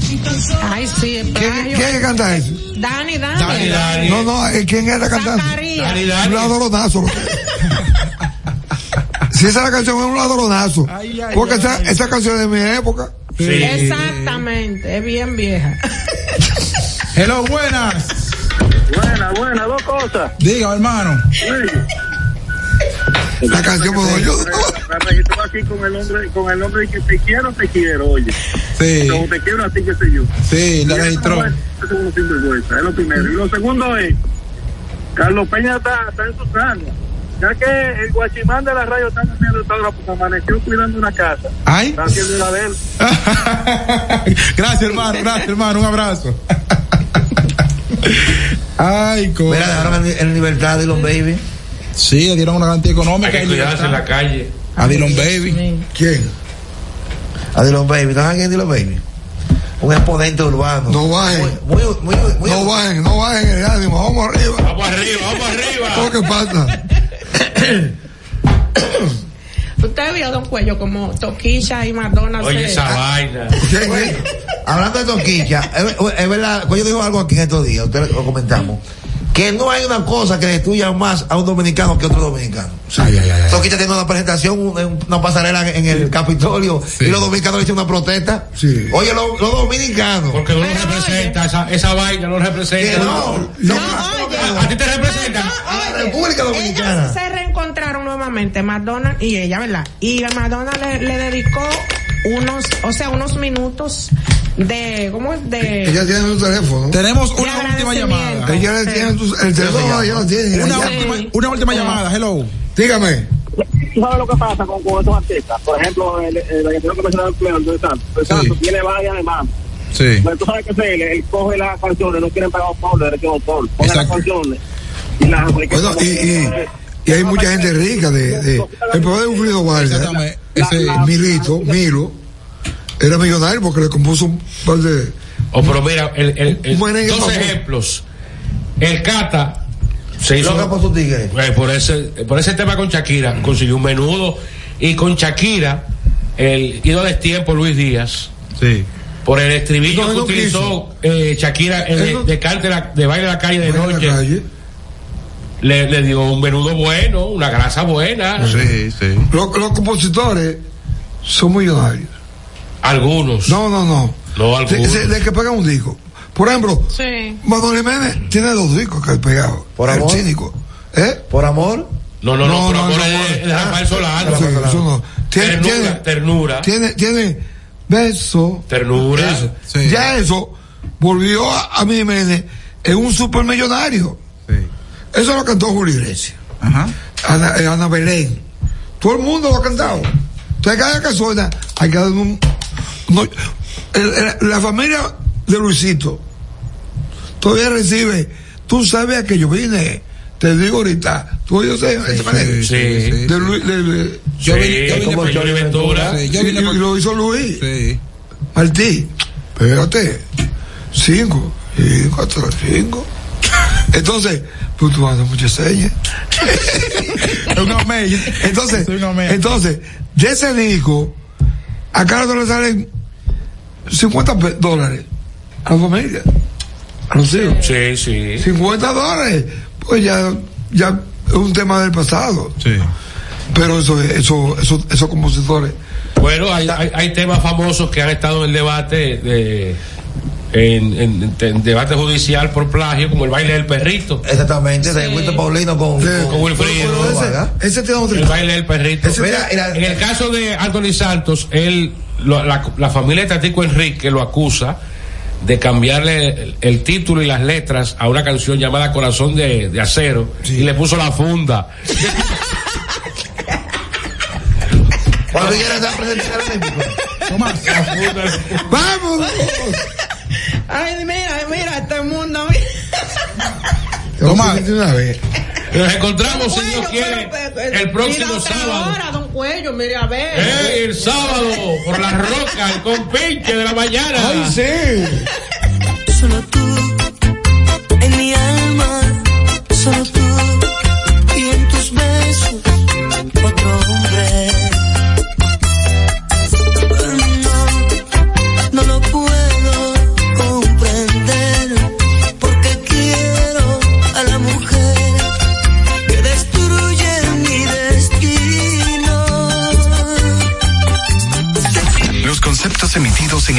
[SPEAKER 9] Ay, sí, el plagio.
[SPEAKER 4] ¿Quién es que canta eso?
[SPEAKER 9] Dani, Dani.
[SPEAKER 4] No, no, eh, ¿quién era cantante?
[SPEAKER 9] Zacarías. Dani,
[SPEAKER 4] Un
[SPEAKER 9] [laughs]
[SPEAKER 4] ladronazo. si esa es la canción, es un ladronazo.
[SPEAKER 9] ay,
[SPEAKER 4] porque
[SPEAKER 9] ay.
[SPEAKER 4] esa, esa canción es de mi época.
[SPEAKER 9] Exactamente, es bien vieja.
[SPEAKER 3] Hello, buenas.
[SPEAKER 10] Buena, buena, dos cosas.
[SPEAKER 3] Diga, hermano.
[SPEAKER 4] La canción me dolió.
[SPEAKER 10] La registró aquí con el nombre, con el nombre de que te quiero, te quiero, oye.
[SPEAKER 3] Sí.
[SPEAKER 10] O te quiero a ti, qué sé yo.
[SPEAKER 3] Sí, la
[SPEAKER 10] Y eso
[SPEAKER 3] registró.
[SPEAKER 10] no es- Eso es una sinvergüenza, es lo primero. Y lo segundo es, Carlos Peña está, está en sus años. Ya que el guachimán de la radio está haciendo esta hora, pues amaneció cuidando una casa.
[SPEAKER 3] Ay.
[SPEAKER 10] Está haciendo la de él.
[SPEAKER 3] Gracias, hermano, gracias, hermano. Un
[SPEAKER 6] [laughs]
[SPEAKER 3] abrazo. Ay, co.
[SPEAKER 6] Mira, dejaron en, en libertad a Dylan Baby.
[SPEAKER 3] Sí, le dieron una garantía económica.
[SPEAKER 5] Hay que
[SPEAKER 3] y
[SPEAKER 5] cuidarse en
[SPEAKER 3] libertad.
[SPEAKER 5] la calle.
[SPEAKER 3] A Dylan Baby.
[SPEAKER 4] ¿Quién?
[SPEAKER 6] A Dylan Baby. ¿Están aquí en Dylan Baby? Un exponente urbano.
[SPEAKER 4] No bajen. no bajen, no bajen el ánimo. Vamos arriba.
[SPEAKER 5] Vamos arriba, vamos arriba.
[SPEAKER 4] ¿Todo que pasa?
[SPEAKER 9] Usted vio Don Cuello como Toquilla y Madonna. Ah,
[SPEAKER 5] Oye,
[SPEAKER 9] se-
[SPEAKER 5] esa
[SPEAKER 6] [laughs]
[SPEAKER 5] vaina.
[SPEAKER 6] Hablando de Toquicha, es, es verdad, Coyo dijo algo aquí en estos días, ustedes lo comentamos, que no hay una cosa que destruya más a un dominicano que otro dominicano. Toquicha tiene una presentación, un- un- una pasarela en el Capitolio y los dominicanos le hicieron una protesta. Oye, lo- los dominicanos.
[SPEAKER 5] Porque no lo representa, esa, esa vaina no lo representa.
[SPEAKER 6] no,
[SPEAKER 5] ¿A, a ti te representa?
[SPEAKER 6] A la República
[SPEAKER 9] Ellos se reencontraron nuevamente, Madonna y ella, ¿verdad? Y a Madonna le, le dedicó unos, o sea, unos minutos de, ¿cómo es? De...
[SPEAKER 4] Ella tiene su teléfono.
[SPEAKER 3] Tenemos una última llamada.
[SPEAKER 4] Ella le tiene tu- el teléfono, ella lo
[SPEAKER 3] Una
[SPEAKER 4] tiene. Ella-
[SPEAKER 3] última, una última llamada, hello.
[SPEAKER 4] Dígame.
[SPEAKER 10] ¿Tú sabes lo que pasa con, con estos artistas? Por ejemplo, el, el, el que mencionaba el Cleandro de Santos. El Pues, Santos tiene varias demandas.
[SPEAKER 3] Sí.
[SPEAKER 10] Pero tú sabes que se él, él coge las canciones, no quieren pagar un Pablo, le quieren un Pablo. Coge las canciones. Y las
[SPEAKER 4] Bueno, y, y, y hay mucha gente rica de, de el papá de Wilfrido Vargas ese Milito Milo era millonario porque le compuso un par de
[SPEAKER 5] O pero Oh, mira, el, el, el-
[SPEAKER 4] Un merengue
[SPEAKER 5] dos
[SPEAKER 4] famoso.
[SPEAKER 5] ejemplos. El Cata se hizo loca por su tigre. por, ese, por ese tema con Shakira, consiguió un menudo. Y con Shakira, el ido de tiempo Luis Díaz. Sí. Por el estribillo
[SPEAKER 12] No,
[SPEAKER 5] que
[SPEAKER 12] no
[SPEAKER 5] utilizó eh, Shakira eh, de, de cante la- de baile a la calle de noche. Le, le dio un menudo bueno, una grasa buena.
[SPEAKER 4] Sí, sí. Los, los compositores son millonarios.
[SPEAKER 5] Algunos.
[SPEAKER 4] No, no, no.
[SPEAKER 5] No,
[SPEAKER 4] De,
[SPEAKER 5] algunos.
[SPEAKER 4] de- de que pegan un disco. Por ejemplo, Manuel Jiménez tiene dos discos que ha pegado. Por el
[SPEAKER 6] amor.
[SPEAKER 4] cínico. ¿Eh?
[SPEAKER 6] Por amor.
[SPEAKER 5] No, no, no, por amor es- es Rafael Solano.
[SPEAKER 4] Ah, sí,
[SPEAKER 5] Rafael Solano.
[SPEAKER 4] eso no. Tiene,
[SPEAKER 5] Ternura,
[SPEAKER 4] tiene,
[SPEAKER 5] ternura.
[SPEAKER 4] Tiene, tiene beso.
[SPEAKER 5] Ternura.
[SPEAKER 4] Eso. Ya eso volvió a, a mi Jiménez en un supermillonario. Eso lo cantó Julio Iglesias. Ana, eh, Ana Belén. Todo el mundo lo ha cantado. Entonces cada que suena, hay que dar un... no, el- el- la familia de Luisito todavía recibe, tú sabes a que yo vine, te digo ahorita, tú yo sé, de esta manera. De Luis- de- de-
[SPEAKER 5] Yo Sí, vine- yo vine como por Johnny Johnny Ventura. Ventura. Sí, yo
[SPEAKER 4] Y-
[SPEAKER 5] vine
[SPEAKER 4] y
[SPEAKER 5] por-
[SPEAKER 4] lo hizo Luis. Martí, espérate, cinco, cinco, cuatro, cinco. Entonces, pues tú haces muchas
[SPEAKER 5] [laughs]
[SPEAKER 4] señas. Una mella. Entonces, entonces, de ese disco, a cada no le salen 50 pe- dólares a la familia, a los hijos.
[SPEAKER 5] Sí, sí.
[SPEAKER 4] 50 dólares, pues ya, ya es un tema del pasado. Pero eso, eso, eso, esos compositores.
[SPEAKER 5] Bueno, hay, hay- hay temas famosos que han estado en el debate de, en, en- en debate judicial por plagio, como el baile del perrito.
[SPEAKER 6] Exactamente, de Wilton Paulino con,
[SPEAKER 5] con Wilfrido.
[SPEAKER 6] Ese tiene otro.
[SPEAKER 5] El baile del perrito.
[SPEAKER 6] Ese- Mira, era-
[SPEAKER 5] en el caso de Anthony Santos, él, lo- la, la familia de Tatico Enrique lo acusa de cambiarle el, el título y las letras a una canción llamada Corazón de, de Acero y le puso la funda.
[SPEAKER 6] Cuando quieras dar presencial olímpico.
[SPEAKER 4] ¡Vamos!
[SPEAKER 9] [laughs] Ay, mira, mira, este mundo. mira.
[SPEAKER 4] Tomás. Una vez.
[SPEAKER 5] Nos encontramos, si
[SPEAKER 9] Don
[SPEAKER 5] Dios
[SPEAKER 9] Cuello,
[SPEAKER 5] quiere,
[SPEAKER 9] pero, pero,
[SPEAKER 5] el próximo
[SPEAKER 9] mira otra
[SPEAKER 5] sábado. ¡Eh!
[SPEAKER 9] hora, don Cuello, mire a ver.
[SPEAKER 5] ¡Ey, el sábado por la roca, el compinche de la mañana.
[SPEAKER 2] Ay,
[SPEAKER 5] sí!
[SPEAKER 2] Solo tú en mi alma, solo tú y en tus besos, otro hombre. No, no lo puedo comprender porque quiero a la mujer que destruye mi destino.
[SPEAKER 8] Los conceptos emitidos en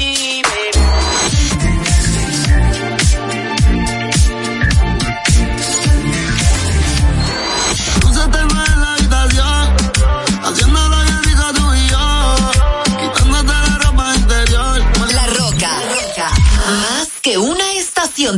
[SPEAKER 2] Puse tema en la habitación, haciendo lo que dijo tú y yo, quitándote la ropa interior.
[SPEAKER 13] La Roca. Más que una estación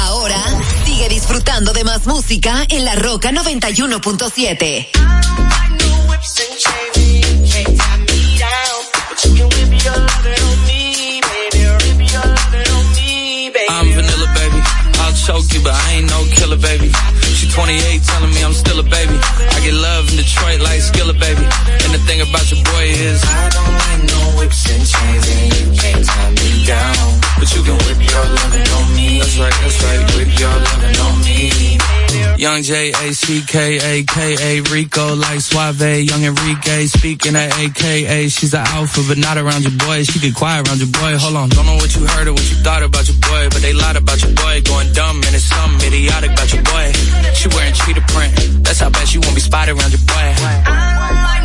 [SPEAKER 13] Ahora, sigue disfrutando de más música en La Roca 91.7.
[SPEAKER 2] Whips and chains, can't tie me down, but you can whip your lovin' on me, baby, whip your lovin' on me, baby.
[SPEAKER 14] I'm vanilla, baby. I'll choke you, but I ain't no killer, baby. She 28, telling me I'm still a baby. I get love in Detroit like Skillet, baby. And the thing about your boy is, I don't like no whips and chains, and you can't tie me down. But you can whip your lovin' on me. That's right, that's right, whip your lovin' on me. Young J A C K A K A Rico like Suave. Young Enrique speaking at AKA. She's an alpha, but not around your boy. She get quiet around your boy. Hold on, don't know what you heard or what you thought about your boy, but they lied about your boy. Going dumb and it's something idiotic about your boy. She wearing cheetah print. That's how bad she won't be spotted around your boy.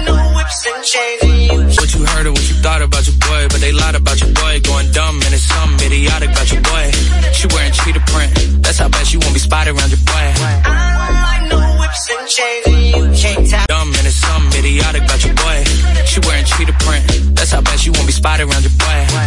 [SPEAKER 14] What you heard or what you thought about your boy, but they lied about your boy. Going dumb and it's something idiotic about your boy. She wearing cheetah print. That's how bad she won't be spotted around your boy. Dumb and it's something idiotic about your boy. She wearing cheetah print. That's how bad she won't be spotted around your boy.